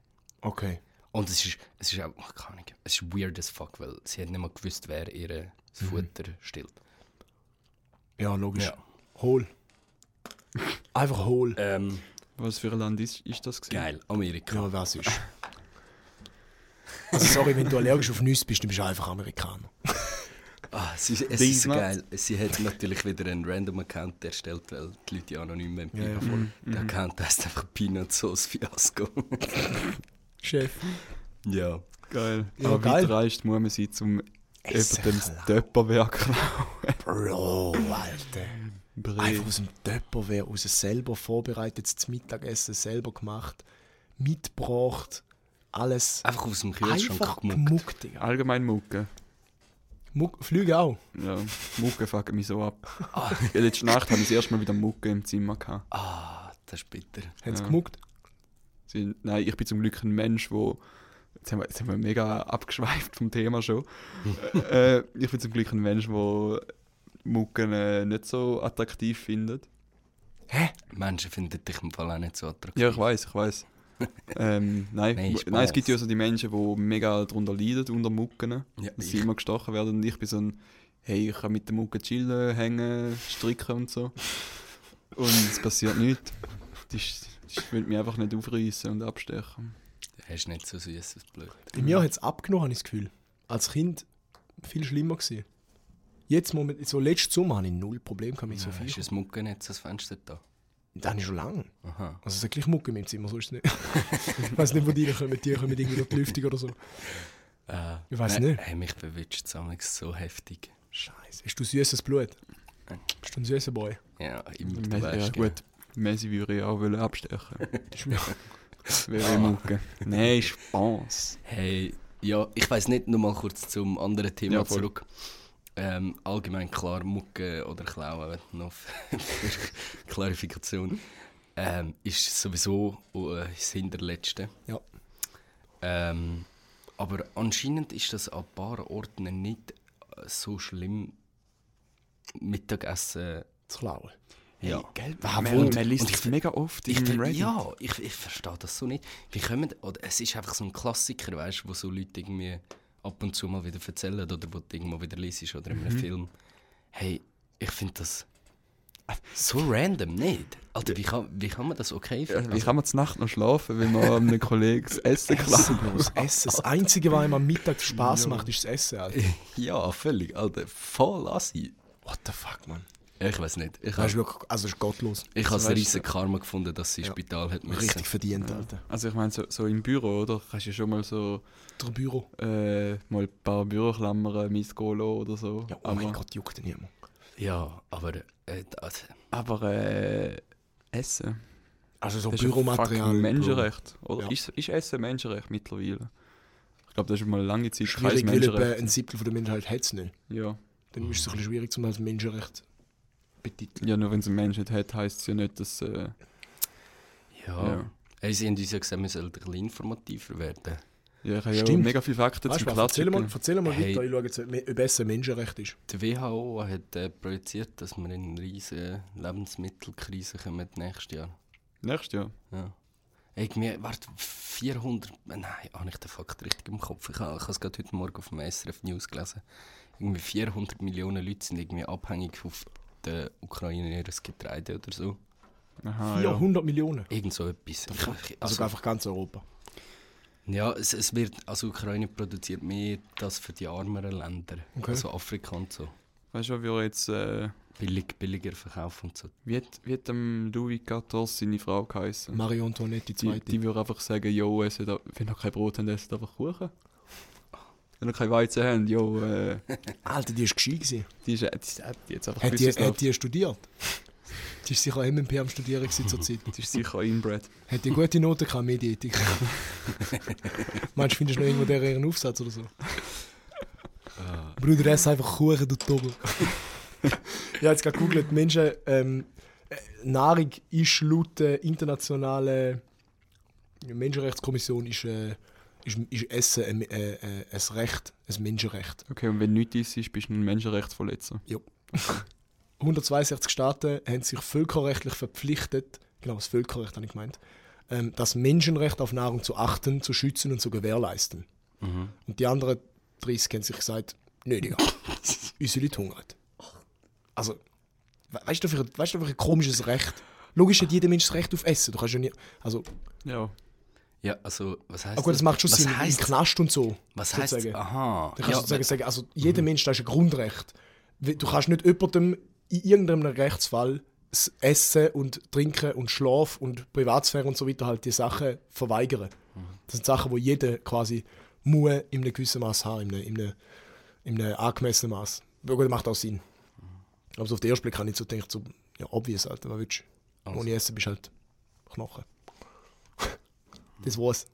Okay.
Und es ist, es ist auch, ach, keine Ahnung, es ist weird as fuck, weil sie hat nicht mal gewusst, wer ihr
Mhm.
das Futter stillt.
Ja, logisch.
Ja.
Hohl. Einfach hohl.
Ähm,
Was für ein Land ist, ist das? Gewesen?
geil, Amerika.
Ja, was ist? Also sorry, wenn du allergisch auf Nüsse bist, dann bist du einfach Amerikaner.
Ah, es ist, es ist so geil. Sie hat natürlich wieder einen random Account erstellt, weil die Leute ja anonym bleiben
Ja, ja.
wollen. Der Account heißt einfach Peanut Sauce Fiasco.
Chef.
ja.
Geil.
Ja,
Aber
geil.
wie dreist muss man sein, zum
Essen
jemandem das
klauen.
Töpperwerk klauen?
Bro, Alter.
Brei.
Einfach aus dem Töpperwehr raus, selber vorbereitet, das Mittagessen selber gemacht, mitgebracht, alles.
Einfach aus dem Kühlschrank
Einfach
gemuckt.
gemuckt, Digga.
Allgemein Mucke.
Muck, Flüge auch.
Ja, Mucke fucken mich so ab.
Ah.
Ja, letzte Nacht habe ich das erste Mal wieder Mucke im Zimmer gehabt.
Ah, das ist bitter.
Haben sie gemuckt?
Sie- Nein, ich bin zum Glück ein Mensch, wo jetzt haben wir, jetzt haben wir mega abgeschweift vom Thema schon. äh, ich bin zum Glück ein Mensch, wo Mucke äh, nicht so attraktiv findet.
Menschen finden dich im Fall auch nicht so attraktiv.
Ja, ich weiß, ich weiß. ähm, nein,
Nein,
w-
Spaß.
nein, es gibt ja so die Menschen, die mega darunter leiden, unter Mucken, ne?
Ja,
dass
ich-
sie immer gestochen werden. Und ich bin so ein, hey, ich kann mit der Mucke chillen, hängen, stricken und so. Und es passiert nichts. Die, sch- die will mich einfach nicht aufreißen und abstechen.
Er ist nicht so süß, was blöd.
Bei mir hat es abgenommen, habe ich das Gefühl. Als Kind viel schlimmer gewesen. Jetzt, moment, so letzten Sommer, hatte ich null Probleme gehabt mit so
Ist
viel.
das Mucke nicht so das Fenster da?
Das ist schon lange.
Aha.
Also es hat gleich Mucke in meinem Zimmer, so ist es nicht. ich weiß nicht, wo die kommen. Die kommen irgendwie durch die Lüftung oder so. Ich weiß
Nein,
nicht.
Hey, mich bewitscht es damals so heftig.
Scheiße. Hast du süßes Blut? Bist du ein süßer Boy?
Ja, im
Me- Ja, gut. Messi würde ich auch wollen abstechen.
Ist mir-
Wäre Mucke. Nein, Spaß.
Hey, ja, ich weiß nicht, noch mal kurz zum anderen Thema
Ja, voll.
zurück. Ähm, allgemein klar, Mucke oder Klauen, noch für für Klarifikation, ähm, ist sowieso äh, das Hinterletzte.
Ja.
Ähm, aber anscheinend ist das an ein paar Orten nicht äh, so schlimm Mittagessen.
zu klauen.
Ja.
Gell?
Ah,
man,
wund-
man liest
und ich
es mega oft
Ich
im
ver-
Reddit.
ja, ich, ich verstehe das so nicht. Wie kommen, oder es ist einfach so ein Klassiker, weißt, wo so Leute irgendwie ab und zu mal wieder erzählen oder wo du irgendwo wieder liest oder in einem Film. Hey, ich finde das so random nicht. Alter, wie kann, wie kann man das okay
Ja,
finden?
Wie kann man zur Nacht noch schlafen, wenn man einem Kollegen das Essen klaut?
Das Essen. Das Einzige, was einem am Mittag Spaß macht, ist das Essen. Alter.
Also, ja, völlig. Alter, voll assi.
What the fuck, man?
Ich weiß nicht. Ich
Das ist
habe
wirklich, also das ist gottlos.
ich habe ein
weißt du-
riesen Karma gefunden, dass sie ins Spital hat müssen.
Richtig verdient, Alter.
Also ich meine, so, so im Büro, oder? Kannst du ja schon mal so
Der Büro.
äh, mal ein paar Büroklammern, mein Golo oder so.
Ja, oh
aber
mein Gott, juckt den niemand.
Ja, aber äh, das-
aber äh, Essen.
Also so
Das ist ja
Büromaterial.
fucking Menschenrecht, oder?
Ja.
Ist, ist Essen Menschenrecht mittlerweile? Ich glaube, das ist mal lange Zeit kein
Schwierig, äh, weil etwa
Menschenrecht.
ein Siebtel von der Menschheit hat es nicht.
Ja.
Dann ist es ein bisschen schwierig, zum als Menschenrecht betiteln.
ja, nur wenn es ein Mensch nicht hat, heisst es ja nicht, dass... Äh,
ja.
Ja.
Hey, sie haben uns ja gesagt, wir sollten ein bisschen informativer werden.
ja, ich habe ja
Stimmt.
mega viele Fakten
Weißt
zum
du was, erzähl mal,
Klatschen.
erzähl mal
Hey.
weiter, ich schaue jetzt, ob Essen Menschenrecht ist.
Die WHO hat äh, projiziert, dass wir in eine riesige Lebensmittelkrise kommen nächstes Jahr.
Nächstes Jahr.
Ja. Irgendwie, warte, 400... Nein, habe ich den Fakt richtig im Kopf. Ich habe ich habe es gerade heute Morgen auf dem SRF News gelesen. Irgendwie 400 Millionen Leute sind irgendwie abhängig auf der Ukraine ihres Getreide oder so.
Aha, Ah, ja.
400 Millionen.
Irgend so etwas. Ich- ich-
Also sogar einfach ganz Europa.
Ja, es, es wird, also Ukraine produziert mehr das für die ärmeren Länder,
Okay.
also Afrika und so.
Weißt du, wie wir jetzt... Äh,
Billig, billiger Verkauf und so.
Wie hat, wie hat dem Louis XIV seine Frau geheißen?
Marie Antoinette, die
Die,
zweite.
die würde einfach sagen, jo, esset, a- wenn ihr kein Brot habt, esset einfach Kuchen. Wenn ihr kein Weizen habt, jo, äh,
Alter, die war gescheit. gewesen.
die ist, die ist hat jetzt einfach
Hat die,
gewusst,
hat die studiert? Die war sicher MMP am Studieren gewesen zur Zeit.
das ist sicher inbred.
Hat die gute Noten gehabt, Mediethik? Meinst du, findest du noch irgendwo der ihren Aufsatz oder so? Bruder, ess einfach Kuchen, du Tobo. ich habe jetzt gerade gegoogelt, Menschen, ähm, äh, Nahrung ist laut der internationalen Menschenrechtskommission ist, äh, ist, ist Essen ein, äh, äh, ein Recht, ein Menschenrecht.
Okay, und wenn nichts ist, ist, bist du ein Menschenrechtsverletzer.
162 Staaten haben sich völkerrechtlich verpflichtet, genau das Völkerrecht habe ich gemeint, ähm, das Menschenrecht auf Nahrung zu achten, zu schützen und zu gewährleisten. Und die anderen 30 haben sich gesagt, nö, Digga, unsere Leute hungern. Also, we weißt du, für, ein- weißt du, für ein komisches Recht? Logisch hat jeder Mensch das Recht auf Essen. Du kannst ja nie, also,
Ja.
Ja, also, was heißt
ah gut, das macht schon
was
Sinn, im
Heisst,
Knast und so.
was heißt
sozusagen.
Aha.
Da kannst du
Ja, Mhm.
sozusagen sagen, also jeder Mensch, das ist ein Grundrecht. We- Du kannst nicht jemandem in irgendeinem Rechtsfall das Essen und Trinken und Schlaf und Privatsphäre und so weiter halt die Sachen verweigern.
Mhm.
Das sind Sachen, wo jeder quasi muss in einem gewissen Maß haben, in einem, in einem, in einem angemessenen Maß. Ja, gut, macht auch Sinn.
Mhm.
Aber so auf den ersten Blick habe ich so gedacht, so, ja, obvious, Alter, was willst du?
Also.
Ohne Essen bist du halt Knochen. das war's.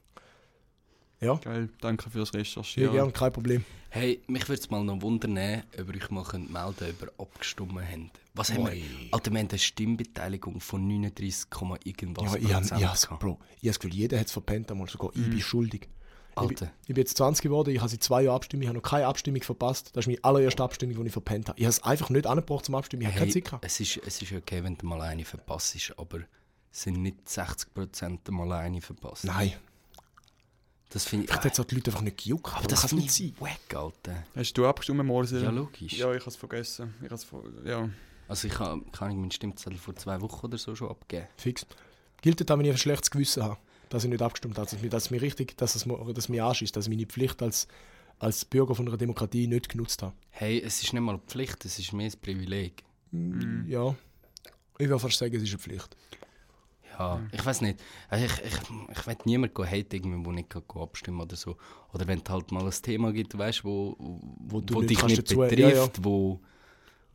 Ja,
Geil, danke fürs
sehr
Recherchieren.
gern, kein Problem.
hey, mich würde es mal noch wundern, ne, ob ihr euch mal könnt melden könnt, ob ihr abgestimmt habt. Was haben wir? Alter, wir haben eine Stimmbeteiligung von 39, Komma irgendwas
Ja, ich habe
Prozent
ja, so,
gehabt. Mhm.
Bro, ich hab das Gefühl, jeder hat es verpennt einmal, sogar ich bin schuldig. Ich bin,
Alter.
ich bin jetzt 20 geworden, ich habe seit zwei Jahren abstimmen, ich habe noch keine Abstimmung verpasst. Das ist meine allererste Abstimmung, die ich verpennt habe. Ich habe es einfach nicht angebracht zum Abstimmen, ich habe keine
Hey,
Zeit gehabt.
es, ist, es ist okay, wenn du mal eine verpasst, aber es sind nicht 60% mal eine verpasst.
Nein,
Das finde ich...
vielleicht hat es auch die Leute einfach nicht gejuckt.
aber das kann nicht sein. Wack, Alter.
Hast du abgestimmt, Morsel?
Ja, logisch.
Ja, ich habe es vergessen. Ich hab's ver ja.
Also ich habe kann ich meinen Stimmzettel vor zwei Wochen oder so schon abgeben.
Fix. Gilt das, auch, wenn ich ein schlechtes Gewissen habe, dass ich nicht abgestimmt habe, dass mir, dass mir richtig, dass es mir, dass mir Arsch ist, dass ich meine Pflicht als, als Bürger von einer Demokratie nicht genutzt habe.
Hey, es ist nicht mal eine Pflicht, es ist mehr ein Privileg. Mhm.
Ja, ich würde fast sagen, es ist eine Pflicht.
Ja,
Hm.
ich weiß nicht. Also Ich, ich, ich will niemanden haten, irgendwie, der nicht kann abstimmen oder so. Oder wenn es halt mal ein Thema gibt, weißt, wo, wo,
du
wo
nicht
dich
kannst
nicht
dazu- ja,
betrifft,
ja.
Wo,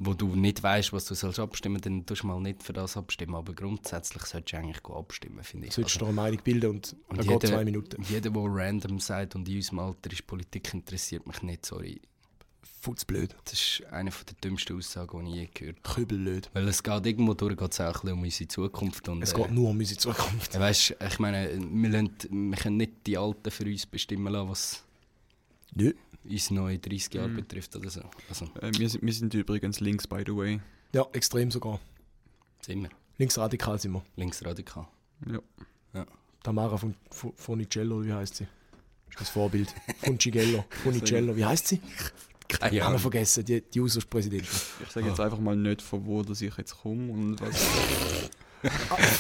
wo du nicht weißt, was du sollst abstimmen, dann tust du mal nicht für das abstimmen. Aber grundsätzlich solltest du eigentlich abstimmen, finde
Du
ich.
solltest
Also,
dir eine Meinung bilden und,
und
dann geht
jeder,
zwei Minuten.
jeder, der random sagt und in unserem Alter ist Politik, interessiert mich nicht, sorry.
Futzblöd,
Das ist eine von der dümmsten Aussagen, die ich je gehört habe.
kübelblöd.
Weil es geht irgendwo durch, geht es auch ein bisschen um unsere Zukunft. Und,
Es
äh,
geht nur um unsere Zukunft.
ja, Weißt, ich meine, wir, lassen, wir können nicht die Alten für uns bestimmen lassen, was
Nö.
uns neue 30 Jahre betrifft oder so. Also,
Äh, wir, sind- wir sind übrigens links, by the way.
Ja, extrem sogar.
sind wir.
Linksradikal sind wir.
Linksradikal.
Ja.
Tamara von von- Funicello, wie heißt sie? Ist das Vorbild. Funicello. Funicello, wie heißt sie?
Keine
Haben wir
Ahnung.
vergessen, die, die Users-Präsidentin.
Ich sage
Ah.
jetzt einfach mal nicht, von wo dass ich jetzt komme und was.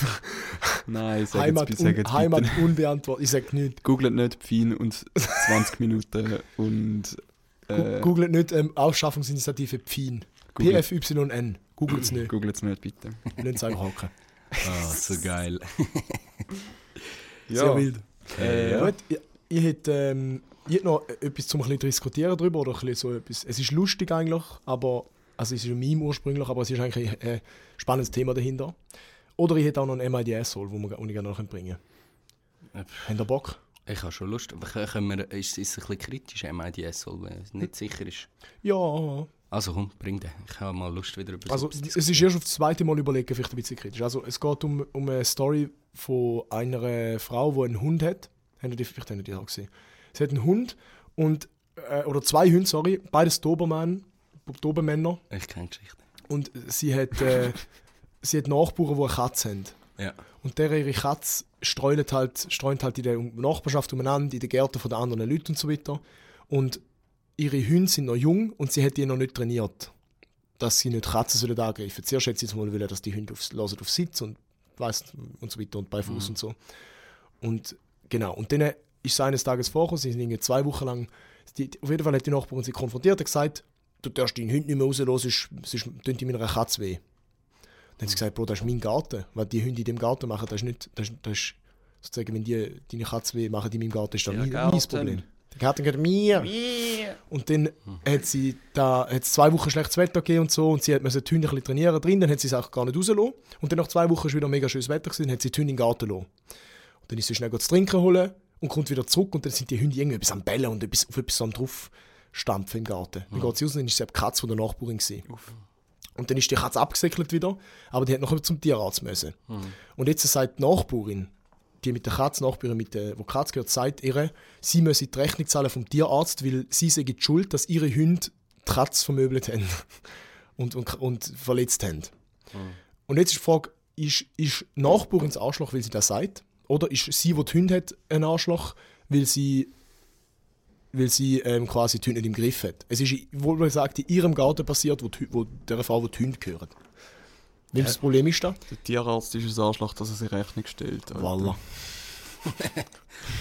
Nein, sag
Heimat,
jetzt, sag
un,
jetzt
Heimat
bitte.
unbeantwortet. Ich sage nichts.
Googlet nicht Pfein und 20 Minuten und.
Gu-
Äh,
Googlet nicht ähm, Ausschaffungsinitiative Pfin.
Googlet.
PFYN. Googlet es nicht.
Googlet es nicht, bitte.
Lasst es einfach hocken.
Ah, so geil.
Sehr wild.
Äh, ja.
Gut, ich, ich hätte ähm, ich hätte noch etwas zum ein bisschen diskutieren darüber oder ein bisschen so etwas. Es ist lustig eigentlich, aber also es ist ein Meme ursprünglich, aber es ist eigentlich ein äh, spannendes Thema dahinter. Oder ich hätte auch noch ein MIDS-Hole, wo wir ohne gerne noch bringen
Ja.
können. Habt ihr Bock?
Ich habe schon Lust. Aber können- können wir, ist, ist es ein bisschen kritisch, MIDS, weil wenn es nicht sicher ist?
Ja.
Also komm, bring den. Ich habe mal Lust wieder über
Also
so etwas
es ist erst auf das zweite Mal überlegen, vielleicht ein bisschen kritisch. Also es geht um, um eine Story von einer Frau, die einen Hund hat. Habt ihr die, vielleicht habt ihr die auch gesehen. Sie hat einen Hund und, äh, oder zwei Hunde, sorry, beides Dobermann, Dobermänner.
diskutieren. Ich kenne die Geschichte.
Und sie hat, äh, sie hat Nachbarn, die eine Katze haben.
Ja.
Und der ihre Katze streunt halt, streunt halt in der Nachbarschaft umeinander, in den Gärten von den anderen Leuten und so weiter. Und ihre Hunde sind noch jung und sie hat die noch nicht trainiert, dass sie nicht Katzen sollen angreifen. Zuerst hat sie jetzt mal wollen, dass die Hunde aufs, hören auf Sitz und weiss, und so weiter und bei Fuß und so. Und genau, und dann ist sie eines Tages vorgekommen, sie sind irgendwie zwei Wochen lang, die, die- auf jeden Fall hat die Nachbarin sie konfrontiert und gesagt, du darfst deinen Hund nicht mehr rauslassen, sonst sonst tut ihm meiner Katze weh. Dann hat sie gesagt, Bro, das ist mein Garten. Was die Hunde in dem Garten machen, das ist nicht, das ist, das ist sozusagen, wenn die deine Katze weh machen, die in meinem Garten, ist das
Der
mein, mein
Garten.
Problem. Der Garten gehört mir. Und dann hat sie da hat's zwei Wochen schlechtes Wetter gegeben und so und sie hat müssen die Hunde ein bisschen trainieren drin, dann hat sie es auch gar nicht rausgelassen. Und dann nach zwei Wochen war wieder mega schönes Wetter, gewesen, dann hat sie die Hunde in den Garten gelassen. Und dann ist sie schnell zu trinken holen und kommt wieder zurück und dann sind die Hunde irgendwie etwas am Bellen und etwas, auf etwas am draufstampfen im Garten. Dann geht sie raus und dann ist sie die Katze von der Nachbarin gewesen. Und dann ist die Katze abgesäckelt wieder, aber die hat noch zum Tierarzt müssen. Und jetzt sagt die Nachbarin, die mit der Katze, Nachbarin, mit der, wo die Katze gehört, sagt ihr, sie müsse die Rechnung zahlen vom Tierarzt, weil sie sei die schuld, dass ihre Hunde die Katze vermöbelt haben und, und, und verletzt haben. Und jetzt ist die Frage, ist, ist die Nachbarin das Arschloch, weil sie das sagt? Oder ist sie, die die Hunde hat, ein Arschloch, weil sie, weil sie ähm, quasi die Hunde nicht im Griff hat? Es ist, wohl gesagt, in ihrem Garten passiert, wo, die, Hü- wo der Frau, wo die Hunde gehören. Welches Problem ist da?
Der Tierarzt ist ein Arschloch, dass er sich Rechnung stellt. Alter.
Wallah.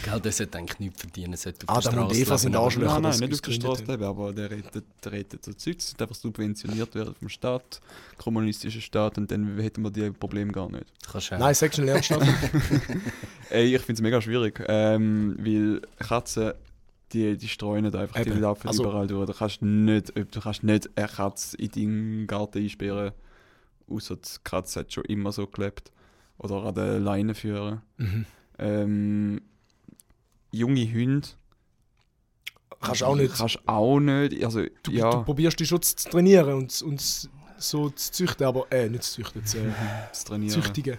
Gell, der sollte eigentlich nichts verdienen. Sollte auf der
Adam und
Straße
Eva sind
leben, aber-
Arschlöcher.
Nein, nein,
dass sie
nicht auf
uns
der
gegründet
Straße leben, aber der redet, der redet so Zeug, das sollte einfach subventioniert werden vom Staat, kommunistischen Staat, und dann hätten wir die Probleme gar nicht.
Du kannst auch-
haben. Nein, Section Lernstoff.
Ey, ich finde es mega schwierig, ähm, weil Katzen, die, die streuen einfach, die
Eben.
laufen
Also-
überall durch. Du kannst nicht, du kannst nicht eine Katze in deinen Garten einsperren, außer die Katze hat schon immer so gelebt. Oder an der Leine führen.
Mhm.
Ähm, junge Hunde
Kannst auch nicht.
kannst auch nicht. Also,
Du,
ja.
du probierst dich schon zu trainieren und, und so zu züchten, aber äh, nicht zu züchten, zu äh,
zu trainieren.
züchtigen.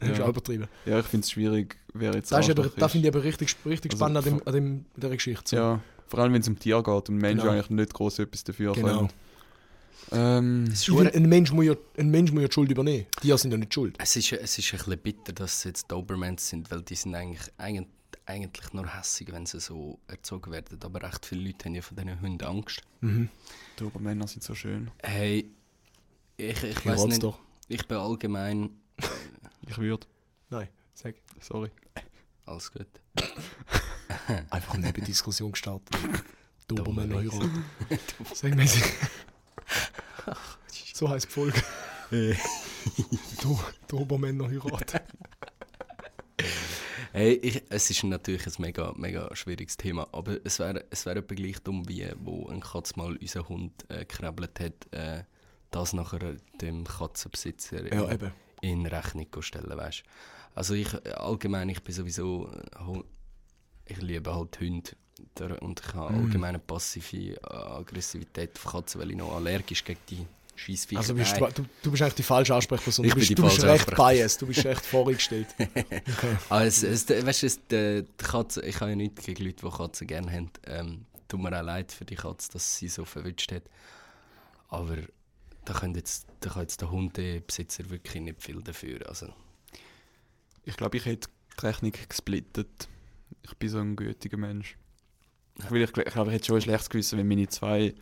Das ist
Ja.
auch übertrieben.
Ja, ich finde es schwierig, wer jetzt
Das, ist aber,
Arschloch
das finde ich aber richtig, richtig
Also,
spannend an, dem, an dem, dieser Geschichte. so.
Ja, vor allem wenn es um Tier geht und Menschen
Genau.
eigentlich nicht groß etwas dafür
genau.
können. Ähm,
Es ist
Ich will,
hure-
ein, Mensch muss ja, ein Mensch muss ja die Schuld übernehmen. Die sind ja nicht schuld.
Es ist, es ist ein bisschen bitter, dass es jetzt Dobermans sind, weil die sind eigentlich, eigentlich, eigentlich nur hässig, wenn sie so erzogen werden. Aber recht viele Leute haben ja von diesen Hunden Angst.
Mhm. Dobermänner sind so schön.
Hey, ich, ich
Ich
weiß
rat's
nicht,
doch.
ich bin allgemein...
Ich würde.
Nein, sag.
Sorry.
Alles gut.
Einfach neben Diskussion gestartet. Dobermann
Dobermann.
Euro. Sag mal, sie- so heisst die Folge. Do Dobermann heiraten.
Hey, ich, es ist natürlich ein mega, mega schwieriges Thema, aber es wäre es wär etwa gleich dumm, wie wo ein Katz mal unseren Hund äh, geknabbelt hat, äh, das nachher dem Katzenbesitzer in-
Ja, eben.
in Rechnung stellen, weißt Also ich äh, allgemein, ich bin sowieso, äh, Hu- ich liebe halt Hunde Der- und ich
Mhm.
habe allgemein eine passive äh, Aggressivität auf Katzen, weil ich noch allergisch gegen die Scheissviecher
Also bist du,
Nein.
du, du bist eigentlich die falsche Ansprechperson.
Ich
du bist,
bin die
du bist
falsche
recht biased, du bist recht vorgestellt.
Ah, es, es, weißt du, es, die, die Katze, ich habe ja nichts gegen Leute, die Katzen gerne haben. Ähm, tut mir auch leid für die Katze, dass sie so verwünscht hat. Aber da, können jetzt, da kann jetzt der Hundebesitzer wirklich nicht viel dafür. Also,
Ich glaube, ich hätte die Rechnung gesplittet. Ich bin so ein gütiger Mensch. Weil ich, gl- ich glaube, ich hätte schon ein schlechtes Gewissen, wenn meine zwei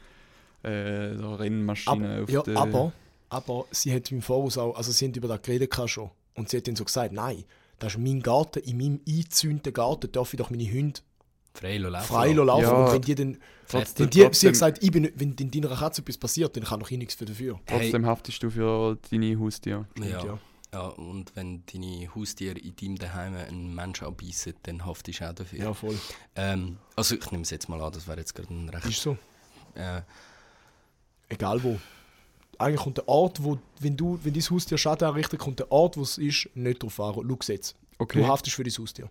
äh, so Rennmaschinen
Ab,
auf
ja,
der...
aber, aber sie hat im Voraus auch, also sie haben über das geredet gehabt schon. Und sie hat dann so gesagt, nein, das ist mein Garten, in meinem eingezäunten Garten darf ich doch meine Hunde
frei laufen.
frei laufen.
Ja.
Und wenn die dann,
Fertig.
wenn die, sie
trotzdem-
hat gesagt, ich bin, wenn in deiner Katze etwas passiert, dann kann doch ich nichts für dafür.
Trotzdem haftest du für deine Haustiere.
Ja.
ja.
Ja. und wenn deine Haustiere in deinem Daheim einen Menschen anbeißen, dann haftest du auch dafür.
Ja, voll.
Ähm, also ich nehme es jetzt mal an, das wäre jetzt gerade ein
Ist
recht...
so.
Äh,
Egal wo. Eigentlich kommt der Ort, wo, wenn du, wenn dein Haustier Schaden anrichtet, kommt der Ort, wo es ist, nicht drauf an. Schau Gesetz.
Okay.
Du haftest für dein Haustier.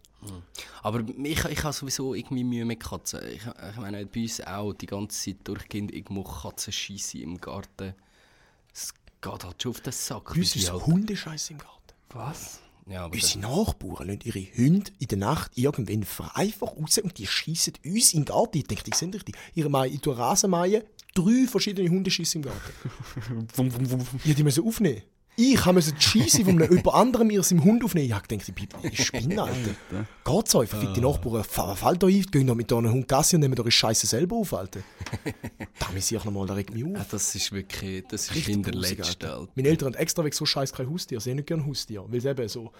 aber ich, ich habe sowieso irgendwie Mühe mit Katzen. Ich, ich meine, bei uns auch die ganze Zeit durchgehend irgendwo Katzenscheisse im Garten. Es geht halt schon auf den Sack.
Bei uns
weil die
ist
halt-
halt Hundescheiß im Garten.
Was?
Ja, aber das,
Unsere Nachbarn lassen ihre Hunde in der Nacht irgendwann frei einfach raus und die schießen uns in den Garten. Ich denke, die sind richtig. Ihre Mai, ich tue Rasenmähen, drei verschiedene Hundeschüsse im Garten.
Wum, wum, wum, wum.
Ich hätte die müssen aufnehmen. Ich habe müssen die Scheisse von einem- jemand anderem mir seinem Hund aufnehmen. Ich habe gedacht, ich bin- ich spinne, Alter. Ah. Geht's euch? Verfickt die Nachbarn, fa- fallt euch ein, gehen doch mit euren Hund Gassi und nehmen eure Scheiße selber auf, Alter. da muss ich nochmal, da regt mich auf.
ah, das ist wirklich... Das ist
Richtig grusig,
hinterletzte.
Alter.
Alter.
Meine Eltern haben extra wegen so scheiß kein Haustier. Sie haben nicht gerne Haustier. Weil sie eben so.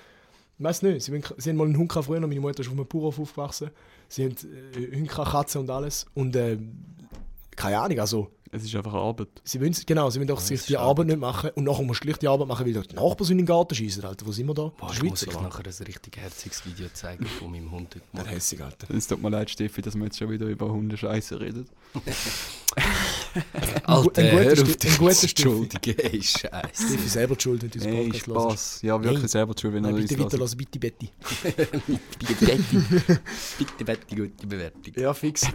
Ich weiß nicht, sie, wollen- sie haben mal einen Hund gehabt früher, meine Mutter ist auf einem Bauernhof aufgewachsen. Sie haben äh, Hunde, gehabt, Katzen und alles. Und äh, keine Ahnung, also
Es ist einfach Arbeit.
sie wollen, genau, sie wollen doch sich die Arbeit nicht machen. Und nachher musst du gleich die Arbeit machen, weil dort die Nachbarn sind in den Garten schießen. Alter, wo sind wir da?
Boah,
Die
ich muss
Schweizer,
euch
Mann.
nachher ein richtig herziges Video zeigen von meinem Hund. heute
Dann
Morgen.
hässig, Alter.
Es tut mir leid, Steffi, dass wir jetzt schon wieder über Hundescheiße reden.
Alter,
Ein guter
hör auf
Sti- ein
dich
guter
zu
Stiefel.
entschuldigen. Ey, Scheiße.
Steffi selber die schuld, wenn du unseren
Hey,
Podcast hörst.
Spaß. Ja, wirklich
Nein.
selber schuld, wenn ihr
Nein,
uns
bitte
hört.
weiterlassen, bitte, bitte.
Bitte, Betty. Bitte, Betty, gute Bewertung.
Ja, fix.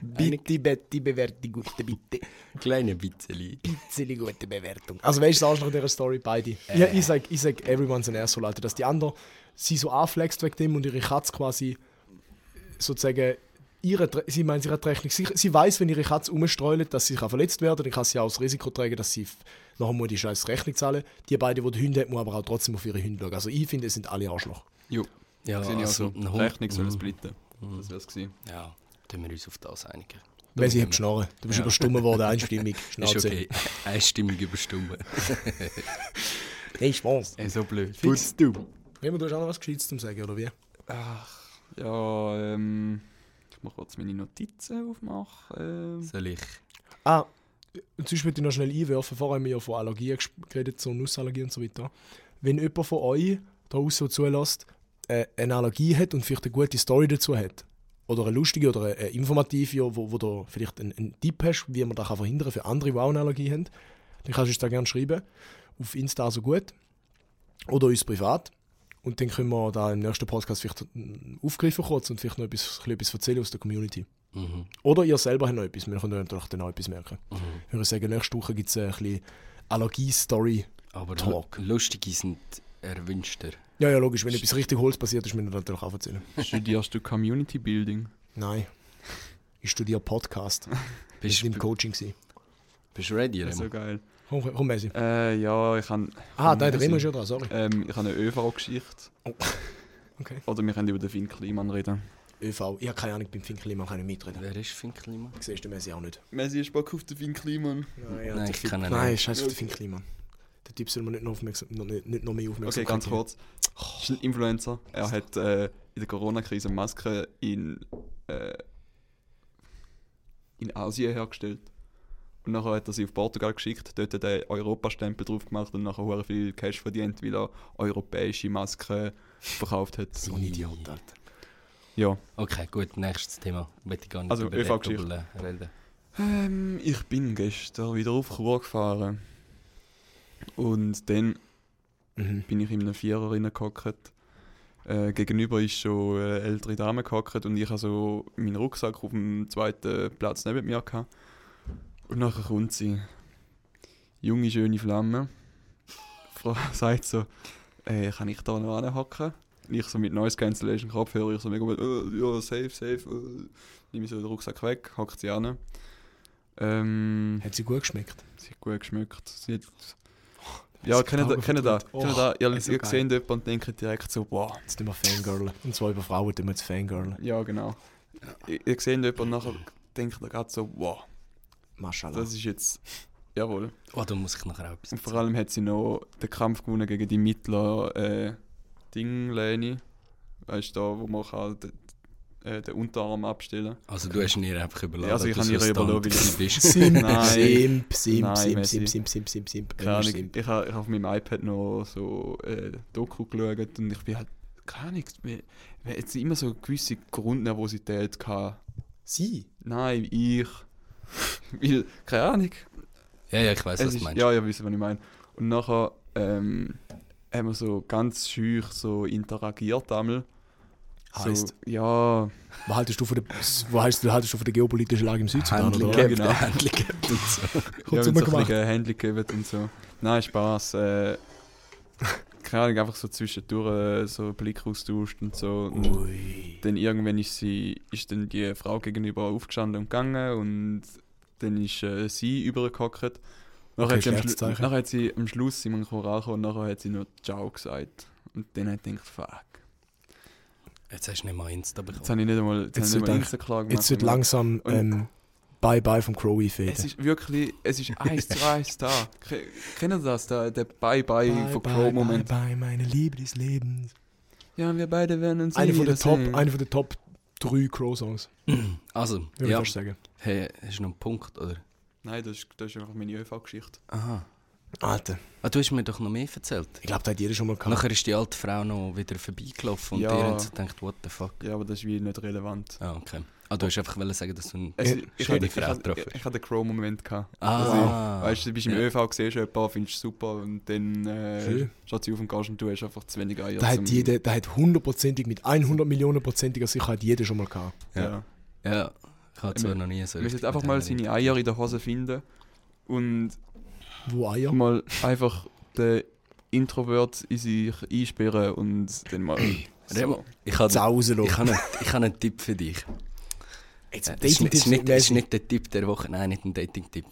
bitte, bitte, bewerte gute, bitte.
Kleine Bitzeli.
Ziemlich gute Bewertung. Also, weißt du, das ist nach dieser Story beide.
Äh.
Ja, ich sag, ich sag, everyone's an asshole, Alter. Dass die anderen sie so anflext wegen dem und ihre Katze quasi sozusagen. Ihre, Dre- sie meint, sie hat die Rechnung. Sie, sie weiß, wenn ihre Katze umstreut, dass sie kann verletzt werden kann, dann kann sie auch das Risiko tragen, dass sie f- nachher muss die scheiß Rechnung zahlen Die beiden, die die Hunde haben, muss aber auch trotzdem auf ihre Hunde schauen. Also, ich finde, es sind alle Arschloch.
Jo, ja,
Ja, hm.
also,
ein
also
Hund- Mhm.
Rechnung soll es splitten. Das wär's gewesen.
Ja, tun wir uns auf das einigen.
Weil sie hat Schnarren. Du bist überstummen worden, einstimmig.
Ist
Schnauze.
okay. Einstimmig überstimmen.
Hey, Spaß.
Ey, so blöd.
Bist du?
Remo, du hast auch noch was Gescheites zum Sagen, oder wie?
Ja, ähm, ich muss kurz meine Notizen aufmachen.
Soll ich?
Ah, und sonst würde ich noch schnell einwerfen. Vorher haben wir ja von Allergien ges- geredet, so Nussallergie und so weiter. Wenn jemand von euch da aus so zulässt, äh, eine Allergie hat und vielleicht eine gute Story dazu hat, oder eine lustige oder eine, eine informative, wo, wo du vielleicht einen, einen Tipp hast, wie man das kann verhindern kann für andere, die auch eine Allergie haben, dann kannst du uns da gerne schreiben. Auf Insta so gut. Oder uns privat. Und dann können wir da im nächsten Podcast vielleicht mm, aufgreifen kurz und vielleicht noch etwas, ein bisschen etwas erzählen aus der Community.
Mhm.
Oder ihr selber habt noch etwas, wir können natürlich dann noch etwas merken. Ich würde sagen, nächste Woche gibt es ein bisschen Allergie-Story.
Aber
Talk.
lu- lustige sind erwünschter.
Ja, ja, logisch, wenn etwas richtig Holz passiert ist, müssen wir natürlich auch erzählen.
Studierst du Community Building?
Nein. Ich studiere Podcast.
Bist
Ich war im
du
Coaching. gewesen.
bist du ready,
Das ist so
Remo?
geil.
Komm, komm Messi.
Äh, ja, ich habe
Ah, nein, der Remo ist ja dran, sorry.
ähm, ich habe eine ÖV-Geschichte.
Okay.
Oder wir können über den Finn Kliman reden.
ÖV. Ich habe keine Ahnung, beim Finkel immer kann ich mitreden.
Wer ist Finkelmann?
Siehst du den Messi auch nicht.
Messi ist Bock auf den Finn Kliman.
Nein, ja,
Nein,
der
ich
Typ-
kann ihn
Nein,
nicht.
scheiß auf den Finkel, Mann. Der Typ soll man nicht noch, aufmerksam, noch, nicht, nicht noch mehr aufmerksam
Okay, ganz
machen.
kurz. Ist ein Influencer. Er hat äh, in der Corona-Krise Masken in, äh, in Asien hergestellt. Und nachher hat er sie auf Portugal geschickt, dort hat er Europa-Stempel drauf gemacht und nachher hure viel Cash verdient, weil er europäische Masken verkauft hat.
So ein Idiot, Alter.
Ja.
Okay, gut, nächstes Thema. Möchte ich gar nicht
Also,
über den
ÖV-Geschichte.
Double, äh, reden.
Ähm, ich bin gestern wieder auf Chur gefahren. Und dann
Mhm.
bin ich in einem Vierer reingehockt. Äh, gegenüber ist schon eine ältere Dame gehockt und ich habe so meinen Rucksack auf dem zweiten Platz neben mir gehabt. Und nachher kommt sie. Junge, schöne Flamme. Frau sagt so, äh, kann ich da noch anhocken? ich so mit Noise Cancellation Kopfhörer, ich so mega, äh, ja, safe, safe, äh, nehme so den Rucksack weg, hackt sie an. Ähm,
Hat sie gut geschmeckt?
sie hat gut geschmeckt. Sie hat, ja, kennen da, kennen da, kennen da, ihr
ist so
ihr
geil.
seht jemanden und denkt direkt so, wow.
Jetzt tun wir Fangirlen. Und zwar über Frauen tun wir jetzt Fangirlen.
Ja, genau. Ihr, ihr seht jemanden und nachher denkt ihr gerade so, wow,
Maschallah.
das ist jetzt, jawohl.
Oh, da muss ich nachher auch etwas
Und vor allem hat sie noch den Kampf gewonnen gegen die mittler äh, Dingleni. Weißt du, da, wo man kann den, äh, den Unterarm abstellen
Also du hast ihn ihr einfach überladen.
Ja, also ich
dass
habe
du
ihr
ein Stunt
überlassen, weil ich-
bist.
Simp,
Nein.
Simp, Simp,
Nein,
Simp,
Messi.
Simp, Simp, Simp, Simp, Simp.
Keine
Immer
Ahnung,
Simp.
ich habe ich hab auf meinem iPad noch so äh, Doku geschaut und ich bin halt, keine Ahnung, mir- mir hat sie immer so eine gewisse Grundnervosität gehabt.
Sie?
Nein, ich. Weil, keine Ahnung.
Ja, ja, ich weiß,
Es
was du
ist,
meinst.
ja, ja, wisst ihr, was ich meine. Und nachher ähm, haben wir so ganz schüch so interagiert einmal. So,
Heisst?
ja,
Was haltest du von der, was heisst, was haltest du von der geopolitischen Lage im Südsudan?
Handling
Oder?
Ja,
ja,
genau.
genau. Handling gehabt und so.
ja
Kurz
wenn so ein
rumgemacht.
bisschen Handy geben und so. Nein, Spaß. Äh, keine Ahnung, einfach so zwischendurch äh, so Blick austauscht und so. Und
Ui.
dann irgendwann ist sie, ist dann die Frau gegenüber aufgestanden und gegangen und dann ist äh, sie übergehockt. Nachher,
Okay,
hat sie am
schlechtes
Schlu-
Zeichen.
nachher hat sie am Schluss Simon Chorach und nachher hat sie noch Ciao gesagt. Und dann hat ich gedacht, fuck.
Jetzt hast du nicht mal Insta bekommen.
Jetzt habe ich nicht einmal, jetzt jetzt
Jetzt
habe ich nicht
wird
einmal Insta-Klage
Jetzt wird langsam
Und-
ähm, Bye-Bye vom Crowy
Es
fehlen.
ist wirklich, es ist eins zu eins da. Ke- Kennen Sie das, da, der Bye-Bye von
bye,
Crow-Moment?
bye, meine Liebe des Lebens.
Ja, wir beide werden uns
Einer
nie
von der
wieder
Top,
sehen.
einer von der Top 3 Crow-Songs,
Also,
würde
ja,
ich fast sagen.
hey, hast du noch einen Punkt, oder?
Nein, das ist, das ist einfach meine ÖV-Geschichte.
Aha.
Alter,
Ah, du hast mir doch noch mehr erzählt.
ich glaube, da hat jeder schon mal gehabt.
Nachher ist die alte Frau noch wieder vorbeigelaufen und
Ja.
dir hat sie gedacht, what the fuck.
Ja, aber das ist wie nicht relevant.
Ah, okay. Ah, du hast einfach wollen sagen, dass du ein...
Es,
Ja,
ich,
schade,
hatte,
die
ich,
Frau
hatte,
getroffen
ich, ich hatte einen Crow-Moment. gehabt.
Ah.
Also, Weißt du, du bist im
Ja.
ÖV, siehst jemanden, findest du super und dann äh,
Schön.
schaut sie auf und gehst und du hast einfach zu wenig Eier.
Da
zum-
hat jeder, da hat hundertprozentig, mit 100 Millionen prozentiger Sicherheit jeder schon mal gehabt.
Ja.
Ja. Ja, ich habe zwar
Wir-
noch nie so
Man
richtig
sollte einfach
mit
mal
einer
seine Eier in der Hose finden und
Wo Eier?
mal einfach den Introvert in sich einsperren und dann mal. So.
Remo, ich habe
Zausen
ich habe einen, ich habe einen Tipp für dich.
Jetzt
Äh, Das ist, nicht- das ist,
Dating-Tipps
nicht, das ist
mit Messi.
nicht der Tipp der Woche, nein, nicht ein Dating-Tipp.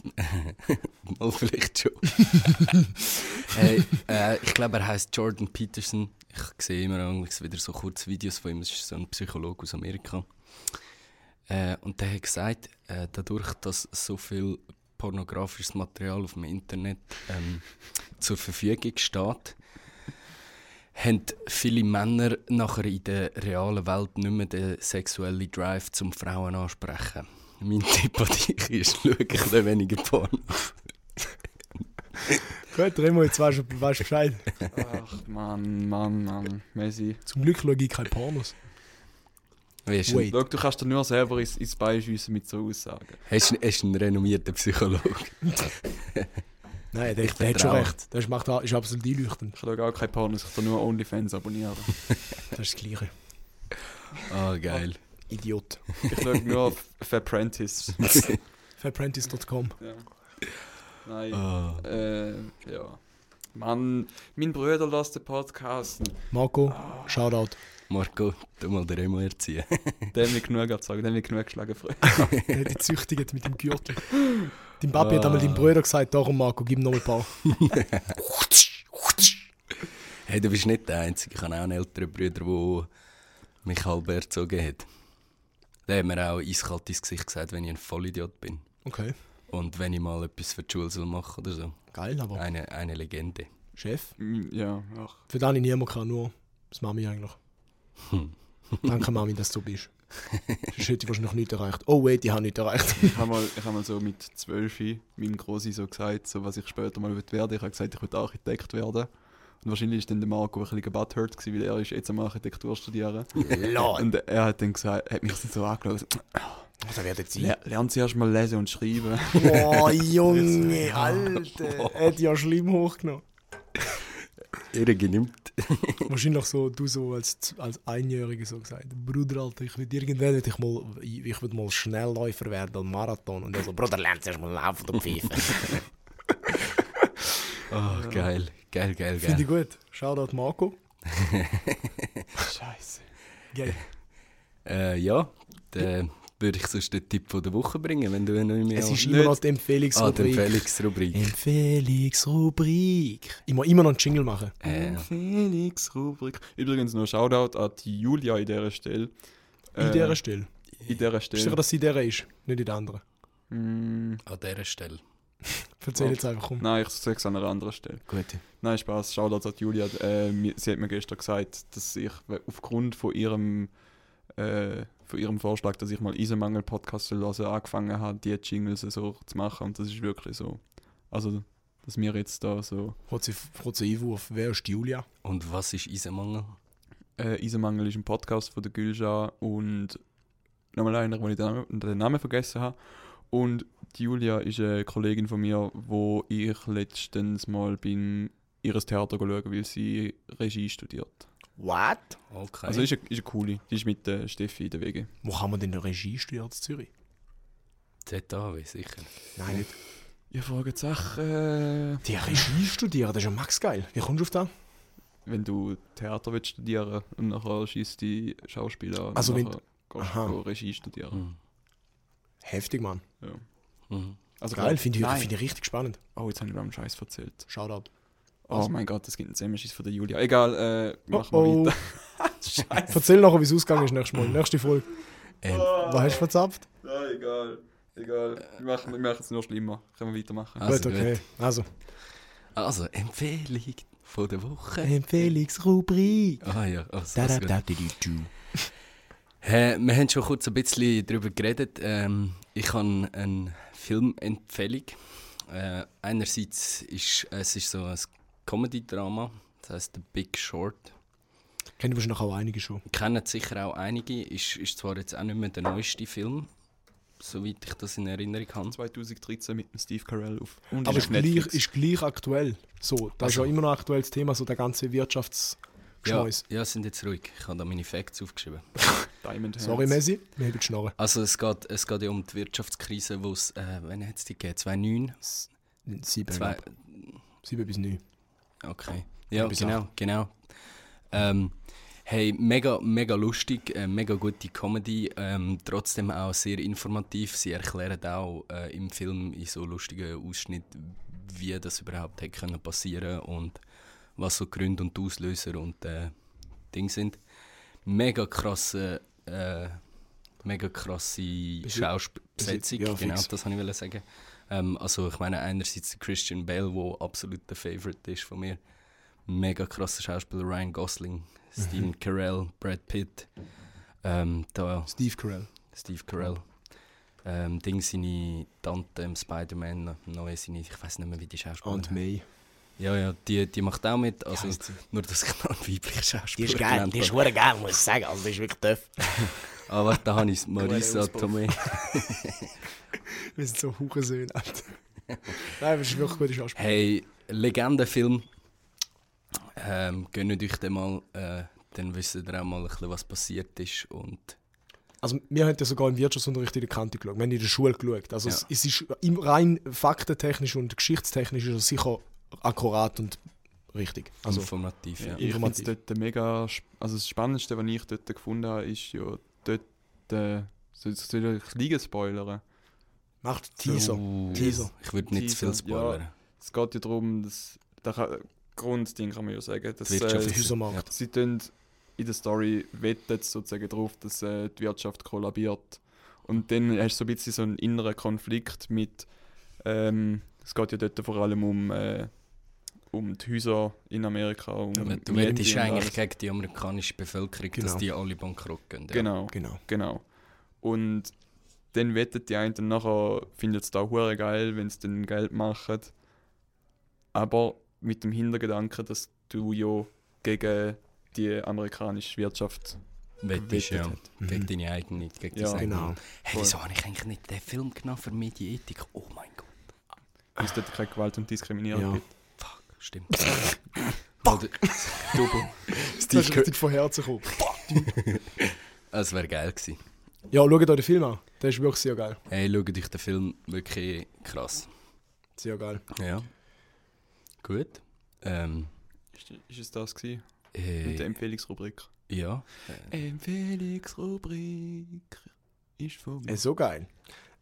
Mal vielleicht schon. hey, äh, ich glaube, er heißt Jordan Peterson. Ich sehe immer eigentlich wieder so kurze Videos von ihm. Das ist so ein Psychologe aus Amerika. Äh, und der hat gesagt, äh, dadurch, dass so viel pornografisches Material auf dem Internet ähm, zur Verfügung steht, haben viele Männer nachher in der realen Welt nicht mehr den sexuellen Drive zum Frauen ansprechen. Mein Tipp an dich ist, schau ein bisschen weniger Porn.
Gut, Remo, jetzt weißt du weißt du Bescheid.
Ach, Mann, Mann, Mann. Messi.
Zum Glück schaue ich keine Pornos.
Weißt,
Wait.
Schau, du kannst dir nur selber ins, ins Bein schiessen mit so Aussagen.
Hast, hast einen renommierten Psychologe.
Nein, der,
Ich
der hat schon
vertraue.
recht. Der ist, macht, ist absolut einleuchtend.
Ich schaue auch keine Pornos, ich kann nur OnlyFans abonnieren.
Das ist das Gleiche.
Ah, geil.
Idiot.
Ich schaue nur auf Apprentice.
Fairprentice.com.
Ja. Nein.
Ah.
Äh, ja. Mann, mein Bruder lässt den Podcast.
Marco, Shoutout.
Marco, tu mal den Remo erziehen.
Dem ich genug abzogen, dem ich genug geschlagen. früher.
Er hat dich züchtigt mit dem Gürtel. Dein Papi hat
Ah.
einmal deinem Bruder gesagt, darum Marco, gib ihm noch ein paar.
Hey, du bist nicht der Einzige. Ich habe auch einen älteren Bruder, der mich halb erzogen hat. Der hat mir auch eiskalt ins Gesicht gesagt, wenn ich ein Vollidiot bin.
Okay,
Und wenn ich mal etwas für die Schule soll machen oder so.
geil, aber
Eine, eine Legende.
Chef.
Mm, Ja, ach.
Für den habe ich niemand kann, nur das Mami eigentlich. Danke Mami, dass du bist. Sonst hätte ich wahrscheinlich noch nichts erreicht. Oh wait, ich habe nichts erreicht.
Ich habe mal, ich hab mal so mit 12 meinem Grossi so gesagt, so, was ich später mal werden werde. Ich habe gesagt, ich will Architekt werden. Und wahrscheinlich ist dann der Marco ein bisschen gebuttert, gewesen, weil er ist jetzt am Architektur studieren.
Lol.
Und er hat dann gesagt, hat mich dann so angeschaut,
Was er werden sie?
Le lernt sie erst mal lesen und schreiben.
Boah, Junge, Alter. Er hat ja schlimm hochgenommen.
Irgendwie nimmt.
Wahrscheinlich so, du so als, als Einjährige so gesagt. Bruder, Alter, ich will irgendwann will ich mal, ich, ich will mal Schnellläufer werden, Marathon. Und er so, Bruder, lernst erst mal laufen, du Pfeife.
Oh, geil. Geil, geil,
Finde ich
geil.
gut. Shoutout Marco.
Scheiße.
Geil.
Äh, ja, dann würde ich sonst den Tipp von der Woche bringen, wenn du noch mehr
Es ist
nicht.
immer noch die
Ah, den
Empfehlungsrubrik.
Felix-Rubrik.
Empfehlungsrubrik. Ich muss immer noch einen Jingle machen.
Äh,
Felix Rubrik. Übrigens noch Shoutout an die Julia in dieser Stelle. Äh, Ähm,
In dieser Stelle.
In dieser
Bist du sicher,
Stelle.
dass sie in dieser ist? Nicht in der anderen.
Mm,
an dieser Stelle.
Erzähl
Oh.
jetzt einfach komm.
nein, ich sage es an einer anderen Stelle.
Gut.
Nein, Spaß. Shoutout an die Julia. Äh, mi- sie hat mir gestern gesagt, dass ich we- aufgrund von ihrem, äh, von ihrem Vorschlag, dass ich mal Eisenmangel-Podcast soll hören, angefangen habe, die Jingles so zu machen. Und das ist wirklich so. Also, dass wir jetzt da so.
Kurzer kurzer Einwurf. Wer ist die Julia?
Und was ist Eisenmangel?
Äh, Eisenmangel ist ein Podcast von der Gülja und nochmal einer, wo ich den Namen, den Namen vergessen habe. Und die Julia ist eine Kollegin von mir, wo ich letztens mal beim ihres Theater schauen, weil sie Regie studiert.
What?
Okay.
Also ist eine, ist eine coole. Die ist mit der Steffi in der WG.
Wo kann man denn eine Regie studieren in Zürich?
ZAW, sicher.
Nein, nicht.
Ihr fragt Sachen,
Die Regie studieren, das ist ja max geil. Wie kommst du auf das?
wenn du Theater willst studieren und nachher schießt die Schauspieler und
Also wenn-
nachher gehst
Aha.
du Regie studieren.
Mhm.
Heftig, Mann.
Ja.
Mhm.
Also
Geil, finde ich,
Nein.
find ich richtig spannend.
Oh, jetzt habe ich einen Scheiß erzählt.
Shoutout.
Oh mein Gott, es gibt einen Semmelschiss von der Julia. Egal, äh, machen
Oh,
wir
oh.
weiter. Scheiße.
Erzähl nachher, wie es ausgegangen ist nächstes Mal. Nächste Folge.
Ähm,
Was hast du verzapft?
Ja, egal. Egal. Wir machen, wir machen es nur schlimmer. Können wir weitermachen.
Also
gut, okay. Also.
Also, Empfehlung von der Woche.
Empfehlungsrubrik.
Ah ja, also,
Da, da,
also gut.
da, di, di, du.
Äh, wir haben schon kurz ein bisschen darüber geredet. Ähm, ich habe eine Filmempfehlung. Äh, einerseits ist es ist so ein Comedy-Drama, das heißt The Big Short.
Kennen wahrscheinlich auch einige schon.
Kennen sicher auch einige, ist, ist zwar jetzt auch nicht mehr der neueste Film, soweit ich das in Erinnerung habe.
2013 mit dem Steve Carell auf. Und
Aber
ist
ist
auf
gleich,
Netflix. Also.
ist gleich aktuell. So, das ist ja immer noch aktuelles Thema, so der ganze
Ja,
Wirtschaftsgeschmäus.
ja, sind jetzt ruhig. Ich habe da meine Facts aufgeschrieben.
Diamond Hands.
Sorry, Messi, wir haben die Schnorren.
Also es geht, es geht ja um die Wirtschaftskrise, wo es, äh, wann hat es die gegeben? 2009?
Sieben,
Zwei-
glaub. sieben bis neun.
Okay. Ja,
bis
genau, genau. Ähm, hey, mega, mega lustig, äh, mega gute Comedy, ähm, trotzdem auch sehr informativ. Sie erklären auch äh, im Film in so lustigen Ausschnitten, wie das überhaupt hätte können passieren und was so die Gründe und die Auslöser und äh, Dinge sind. Mega krasse, äh, mega krasse Schauspielbesetzung,
ja,
genau,
fix.
das wollte ich wollen sagen. Ähm, also ich meine einerseits der Christian Bale, der absolut der Favorite ist von mir. Mega krasser Schauspieler, Ryan Gosling, Steven Carell, Brad Pitt, ähm, da
Steve Carell.
Steve Carell. Ähm, Ding seine Tante im Spider-Man, neue seine, ich weiß nicht mehr wie die Schauspielerin.
Aunt May.
Ja, ja, die, die macht auch mit. Also,
heisst sie?
nur, dass ich noch einen weiblichen Schauspieler
Die ist geil, die ist hure geil, muss ich sagen. Also, die ist wirklich tough.
Ah, warte, da habe ich Marisa Tomei.
Wir sind so Hurensöhne, Alter. Nein, das ist wirklich gute Schauspieler.
Hey, Legendenfilm. Ähm, gönnt euch den mal, äh, dann wisst ihr auch mal, ein bisschen, was passiert ist. Und
Also, wir haben ja sogar im Wirtschaftsunterricht in der Kante geschaut. Wir haben in der Schule geschaut. Also,
Ja.
es, es ist im- rein faktentechnisch und geschichtstechnisch ist er sicher akkurat und richtig. Also,
informativ, ja.
Ich
Informativ.
find's dort mega. sp- Also das Spannendste, was ich dort gefunden habe, ist ja dort. Äh, soll ich- soll ich liegen spoilern?
macht Teaser.
Uh,
Teaser.
Ich würde nicht zu viel
Teaser, ja.
spoilern.
Es geht ja darum, dass. Da kann, Grundding kann man ja sagen. Dass,
Die Wirtschaft
Der
ist-
äh,
Häusermarkt.
sie tun in der Story wettet sozusagen darauf, dass äh, die Wirtschaft kollabiert. Und dann hast du so ein bisschen so einen inneren Konflikt mit. Ähm, es geht ja dort vor allem um. Äh, um die Häuser in Amerika. Um
Du- Du
Mieten
wettest
und
eigentlich
alles.
gegen die amerikanische Bevölkerung,
Genau.
dass die alle bankrott gehen. Ja.
Genau.
Genau.
Genau. Und dann wettet die einen dann nachher, findet es da hure geil, wenn sie dann Geld machen. Aber mit dem Hintergedanken, dass du ja gegen die amerikanische Wirtschaft.
Wettest, ja.
gewettet
Gegen deine eigene, gegen
Ja.
dein eigenes.
Mhm. Genau.
Hey,
Voll.
wieso habe ich eigentlich nicht den Film genommen für Mediethik? Oh mein Gott.
Weil es dort keine Gewalt und Diskriminierung
Ja.
gibt.
Fuck, stimmt. Fuck.
Das ist richtig von Herzen gekommen.
Das wäre geil gewesen.
Ja, schaut euch den Film an. Der ist wirklich sehr geil.
Hey, schau dich den Film wirklich krass.
Sehr geil.
Ja. Gut. Ähm,
Ist, ist es das gewesen? Mit der
Äh,
Empfehlungsrubrik.
ja.
Empfehlungsrubrik ist von
mir.
mir.
Äh, so geil.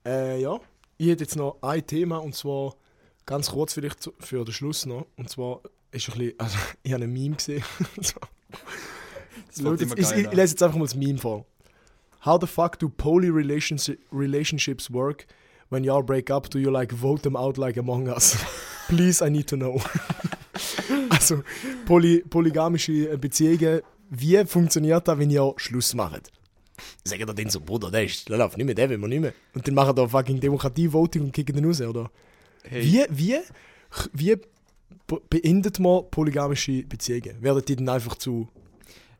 Äh, ja, ich hätte jetzt noch ein Thema und zwar ganz kurz vielleicht zu- für den Schluss noch. Und zwar ist ein bisschen, also ich habe ein Meme gesehen. So.
Das
Schau,
fällt
jetzt,
immer
ich, ich
geil an.
lese jetzt einfach mal das Meme vor. How the fuck do poly relationsi- relationships work? When y'all break up, do you like vote them out like Among Us? Please, I need to know. also, poly, polygamische äh, Beziehungen, wie funktioniert das, wenn ihr Schluss macht? Sagt ihr dann so, Bruder, der ist, lauf, nicht mehr, den will man nicht mehr. Und dann machen da fucking Demokratie-Voting und kicken den raus, oder?
Hey,
Wie, wie, wie be- beendet man polygamische Beziehungen? Werden die dann einfach zu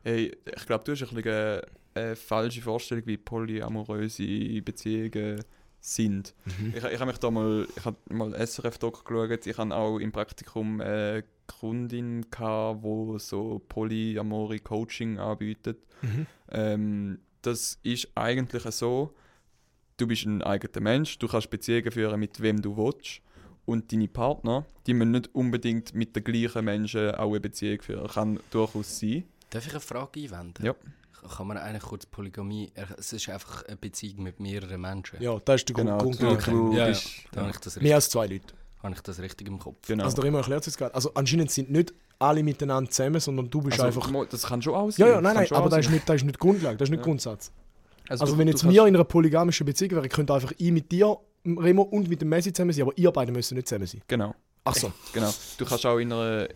hey, Äh, ich glaube, du hast ein bisschen eine, eine falsche Vorstellung, wie polyamoröse Beziehungen sind. Ich, ich habe mich da mal, ich habe mal SRF-Doc geschaut. Ich habe auch im Praktikum eine Kundin gehabt, die so polyamore Coaching anbietet. Ähm, das ist eigentlich so, du bist ein eigener Mensch, du kannst Beziehungen führen mit wem du willst. Und deine Partner, die müssen nicht unbedingt mit den gleichen Menschen auch eine Beziehung führen. Kann durchaus sein.
Darf ich eine Frage einwenden?
Ja.
Kann man eigentlich kurz Polygamie... er- Es ist einfach eine Beziehung mit mehreren Menschen.
Ja, das ist der
Genau,
Grund. Grund
du,
okay.
du
Ja, ja.
bist,
Da habe ich, das richtig-
Mehr als zwei Leute.
habe ich das richtig im Kopf.
Genau.
Also darüber erklärt es jetzt gerade. Also anscheinend sind nicht alle miteinander zusammen, sondern du bist
Also,
einfach...
mo- das kann schon auch sein.
Ja, ja, nein,
kann
nein,
schon
aber
auch
das ist,
sein.
nicht, das ist nicht die Grundlage, das ist nicht Grundsatz. Also,
du-
wenn
du
jetzt
kannst-
wir in einer polygamischen Beziehung wären, könnte einfach ich mit dir, Remo, und mit dem Messi zusammen sein, aber ihr beide müsst nicht zusammen sein.
Genau.
Ach so,
Genau. Du kannst auch in einer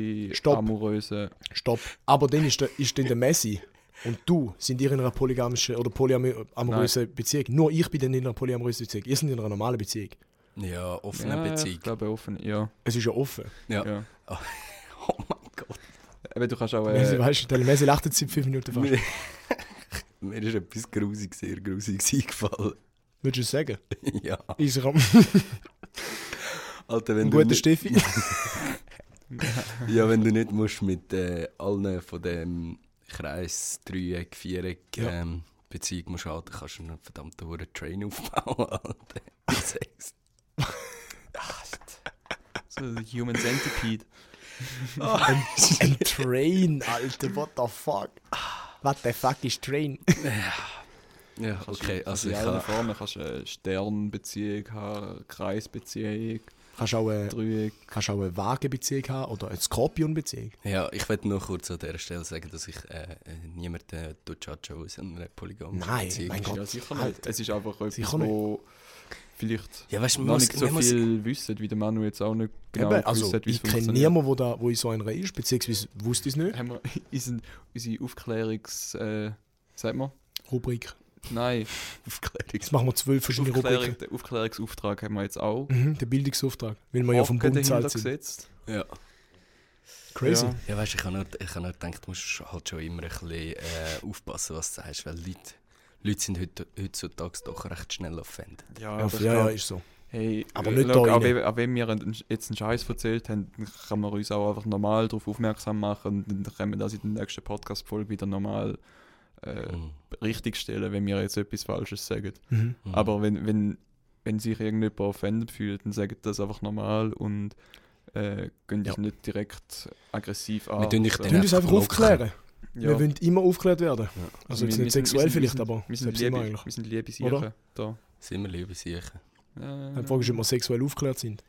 heteropolyamorösen.
stopp. Aber dann ist, der, ist dann der Messi und du sind ihr in einer polygamischen oder polyamorösen Beziehung. Nur ich bin dann in einer polyamorösen Beziehung. Ihr seid in einer normalen Beziehung.
Ja, offene
Ja, Ich
Beziehung.
glaube, offen. Ja.
Es ist ja offen.
Ja.
ja.
Oh mein Gott.
Aber du kannst auch.
Messi,
Äh,
weißt du, der Messi lacht jetzt seit fünf Minuten fast.
Mir, mir ist etwas grusig, sehr grusig eingefallen.
Würdest du es sagen?
ja.
Ich sage,
Alter, wenn
ein
du,
guter
nicht-
Steffi.
ja, wenn du nicht musst mit äh, allen von dem Kreis, Dreieck, Viereck
Ja.
ähm, Beziehung musst halten, kannst du einen verdammten hohen Train aufbauen, Alter. Ich sag's.
so ein Human Centipede.
Ein Train, Alter, what the fuck? What the fuck ist Train?
Ja, okay, also
in
ich
allen
kann...
Formen kannst du eine Sternbeziehung haben, Kreisbeziehung,
Kannst auch eine,
Dreieck.
kannst auch eine Wagenbeziehung haben oder eine Skorpionbeziehung?
Ja, ich werde noch kurz an dieser Stelle sagen, dass ich äh, äh, niemanden äh, do judge aus einer Polygamie
Nein, mein Oh Gott.
Ja, sicher nicht.
Alter.
Es ist einfach etwas,
Sicher nicht.
wo vielleicht
Ja, weißt du, man
noch
muss,
nicht so
man muss,
viel wissen, wie der Manu jetzt auch nicht genau
Eben, also,
gewusst hat, wie es
ich kenne
funktioniert.
niemanden, wo, da, wo in so einer ist, beziehungsweise wusste ich es nicht.
Haben wir unseren, unsere Aufklärungs... Äh, sagt man?
Rubrik.
Nein.
Jetzt machen wir zwölf verschiedene
Aufklärung,
Rubriken.
den Aufklärungsauftrag haben wir jetzt auch.
Mhm, der Bildungsauftrag, weil wir ja vom
Haken
Bund zahlt
dahinter
sind.
gesetzt.
ja.
Crazy.
Ja.
Ja, weißt du, ich habe nur, ich hab nur gedacht, du musst halt schon immer ein bisschen äh, aufpassen, was du sagst, weil Leute, Leute sind heute, heutzutage doch recht schnell offended.
Ja,
Ja,
aber ich
ja, ja,
glaub,
ist so.
Hey,
Aber
äh,
nicht
schau,
da
auch
rein.
wenn- auch wenn wir einen- jetzt einen Scheiß erzählt haben, dann kann man uns auch einfach normal darauf aufmerksam machen und dann können wir das in der nächsten Podcast-Folge wieder normal äh,
Mhm.
richtigstellen, wenn wir jetzt etwas Falsches sagen.
Mhm.
Mhm.
Aber wenn, wenn, wenn sich irgendjemand offended fühlt, dann sagt das einfach normal und äh, gehen dich
Ja.
nicht direkt aggressiv an.
Wir tun dich
So.
dann
Wir müssen uns einfach
einfach locker.
aufklären.
ja.
Wir wollen immer aufklärt werden.
Ja.
Also
Wir-
jetzt
wir
nicht
sind- wir
sexuell
sind-
vielleicht,
wir sind-
aber
wir sind
selbst immer
liebe,
eigentlich.
wir sind liebe
Oder?
Siechen da.
Sind wir lieber sicher?
Äh,
Die Frage ist, ob wir sexuell aufgeklärt sind.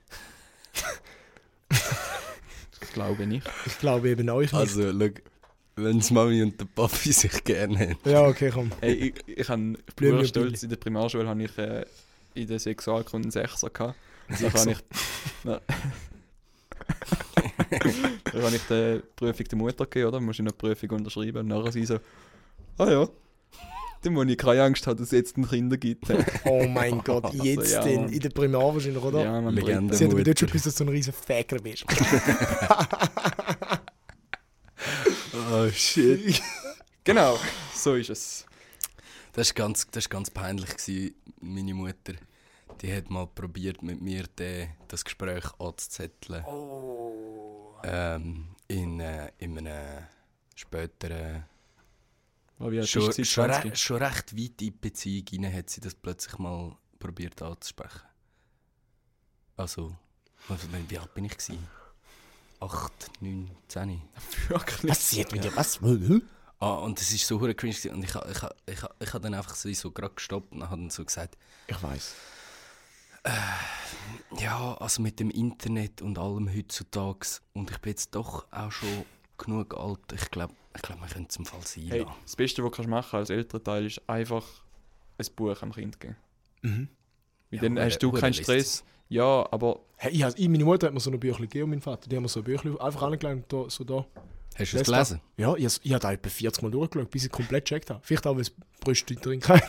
ich glaube nicht.
Ich glaube eben auch ich nicht.
Also, schau, wenn die Mami und der Papi sich gerne haben.
Ja, okay, komm.
Ey, ich ich, ich habe
Blümchen und
stolz, in der Primarschule habe ich äh, in der Sexualkunde einen Sechser gehabt. Und dann habe ich, Nein. dann habe ich die Prüfung der Mutter gegeben, oder? Du musst in der Prüfung unterschreiben. Und nachher sie so, ah ja, dann muss ich keine Angst haben, dass es jetzt ein Kinder gibt.
Oh mein Gott,
Also,
jetzt
ja,
denn?
Mann.
In der Primar wahrscheinlich, oder?
ja, man
Legende.
bringt-
Sie hat aber
Mutter.
dort schon gewusst, dass du ein riesen Fäker bist.
Oh shit.
Genau, so ist es.
Das war ganz, das ist ganz peinlich, gewesen, meine Mutter. Die hat mal probiert, mit mir den, das Gespräch anzuzetteln. Ähm, in, äh, in einem späteren.
Oh, wie alt
schon,
ist sie?
schon,
20?
re schon recht weit in die Beziehung hinein hat sie das plötzlich mal probiert anzusprechen. Also, was- wie alt bin ich? Gewesen? 8, 9, 10.
Wirklich.
Was sieht mit dir? Was?
Hm,
Hä?
Ah, und es ist so hure cringe gewesen. und ich habe ich, ha- ich, ha- ich ha dann einfach so, so gerade gestoppt und habe dann so gesagt,
Ich weiß.
ja, also mit dem Internet und allem heutzutage und ich bin jetzt doch auch schon genug alt, ich glaube, ich glaub, wir können zum Fall sein
Hey,
lassen.
das Beste, was du machen kannst als Elternteil ist einfach ein Buch am Kind geben.
Mhm.
Weil
Ja, äh,
dann
hure-
hast du
hure
keinen
lässig.
Stress. Ja, aber
Hey, ich, has- ich, meine Mutter hat mir so ein Büchlein gegeben und mein Vater, die haben mir so ein Büchlein einfach angelegt, da, so da.
Hast du es
Lässt ab.
gelesen?
Ja, ich, has- ich habe da etwa 40 Mal durchgeschaut, bis ich komplett gecheckt habe. Vielleicht auch, weil es Brüste drin hat.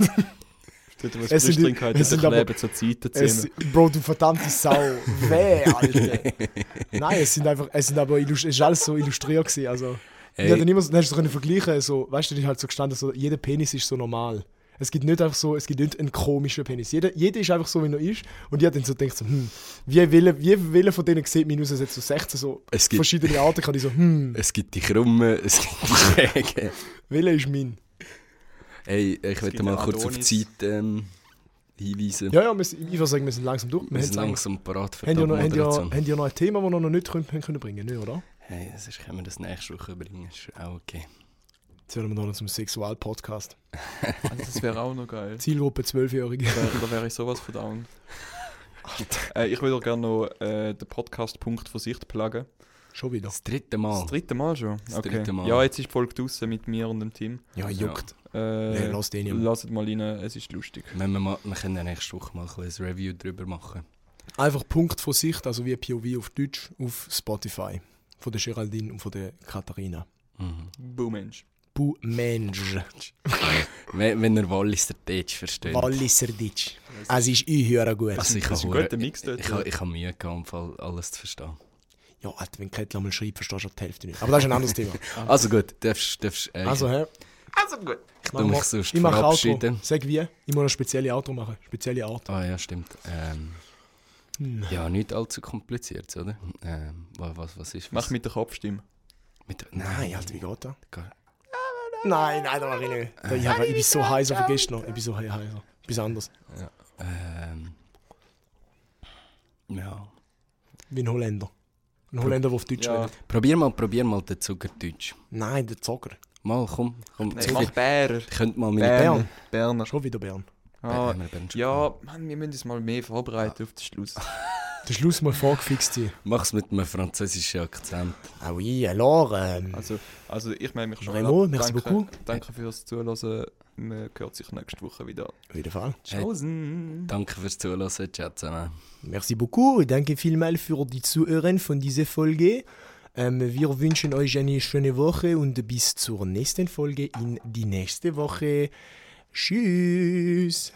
tut dir was
Es sind die-
Brüstling heute,
es
das
sind aber-
Leben zur Zeit
Es,
ziehen.
Bro, du verdammte Sau. Weh, Alter. Nein, es sind einfach, es sind aber illus- es ist alles so illustriert gewesen, also.
Ey.
Ja, dann immer so, dann hast du können vergleichen, so, weißt du, das ist halt so gestanden, so, jeder Penis ist so normal. Es gibt nicht einfach so, es gibt nicht einen komischen Penis. Jeder, jeder ist einfach so, wie er ist. Und ich habe dann so gedacht, so, hm, wie welcher wie welche von denen sieht man aus, als jetzt so 16, so
Es gibt-
verschiedene Arten, kann ich so, hm,
Es gibt die Krummen, es gibt die Schrägen.
welcher ist mein?
Hey, ich
gibt
möchte mal
den
kurz auf die
Adonis.
Zeit ähm, hinweisen.
Ja, ja, wir, sind- ich würde sagen, wir sind langsam durch.
wir sind
haben
langsam parat für
haben
die
ja noch, haben ja,
Moderation.
haben ja noch ein Thema, das wir noch nicht können, können bringen können, oder?
Hey, sonst können wir das nächste Woche bringen, ist auch okay.
Jetzt werden wir noch zum Sexual-Podcast.
Also, das wäre auch noch geil.
Zielgruppe 12-Jährige.
Da, da wäre ich sowas von down. äh, ich würde gerne noch äh, den Podcast-Punkt von Sicht plagen.
Schon wieder.
Das dritte Mal.
Das dritte Mal schon.
Ah. Das dritte Mal.
Ja, jetzt ist die Folge draußen mit mir und dem Team.
Ja, juckt. Nee,
Äh,
lass den ja.
Lasst mal rein, es ist lustig.
Wenn wir, mal, wir können ja nächste Woche mal ein kleines Review drüber machen.
Einfach Punkt von Sicht, also wie POV auf Deutsch, auf Spotify. Von der Geraldine und von der Katharina.
Mhm.
Boom, Mensch.
Bu Mensch.
Wenn, wenn ihr Walliser Deutsch versteht.
Walliser Deutsch. Es ist unhöher gut.
Also ich
Das ist ein
habe
guter Mix dort.
ich, habe- ich habe Mühe gehabt, im Fall alles zu verstehen.
Ja, Alter, wenn Kettler mal schreibt, verstehst du die Hälfte nicht. Aber das ist ein anderes Thema.
Also gut, darfst du. Äh,
Also, hä?
ich
mach
tu mich
mal.
sonst
ich mache Outro.
verabschieden.
Sag wie? Ich muss eine spezielle Outro machen. Spezielle Art.
Ah ja, stimmt. Ähm,
Hm.
ja, nicht allzu kompliziert, oder? Ähm, was, was, was ist
Mach
was?
mit der Kopfstimme.
mit halt
Nein, Alter, wie geht das?
Gar-
Nein, nein, das mache ich nicht.
Äh.
Ich, hab- ich bin so heiß auf gestern noch. Ich bin so he- heiser. Bis anders.
Ähm, ja.
Wie ein Holländer. Ein Holländer, der auf Deutsch
Ja.
redet.
Probier mal, probier mal den Zuckerdeutsch.
Nein, der Zocker.
Mal, komm, komm.
Nein,
Zucker.
mach Bär.
Ich könnte mal meine...
Bern. Berner.
Schon wieder Bern.
Ah,
Haben wir Bern schon
ja, Mann, wir müssen uns mal mehr vorbereiten auf den Schluss.
Der Schluss mal vorgefixt sein.
Mach's mit einem französischen Akzent.
Ah oui, alors. Ähm,
Also, also ich meine mich schon
Remo,
mal ab.
merci
danke,
beaucoup.
danke fürs Zuhören. Man hört sich nächste Woche wieder.
Auf jeden Fall.
Hey.
Tschaußen.
Danke fürs Zuhören, ciao zusammen.
merci beaucoup. Danke vielmals für die Zuhören von dieser Folge. Ähm, wir wünschen euch eine schöne Woche und bis zur nächsten Folge in die nächste Woche. Tschüss.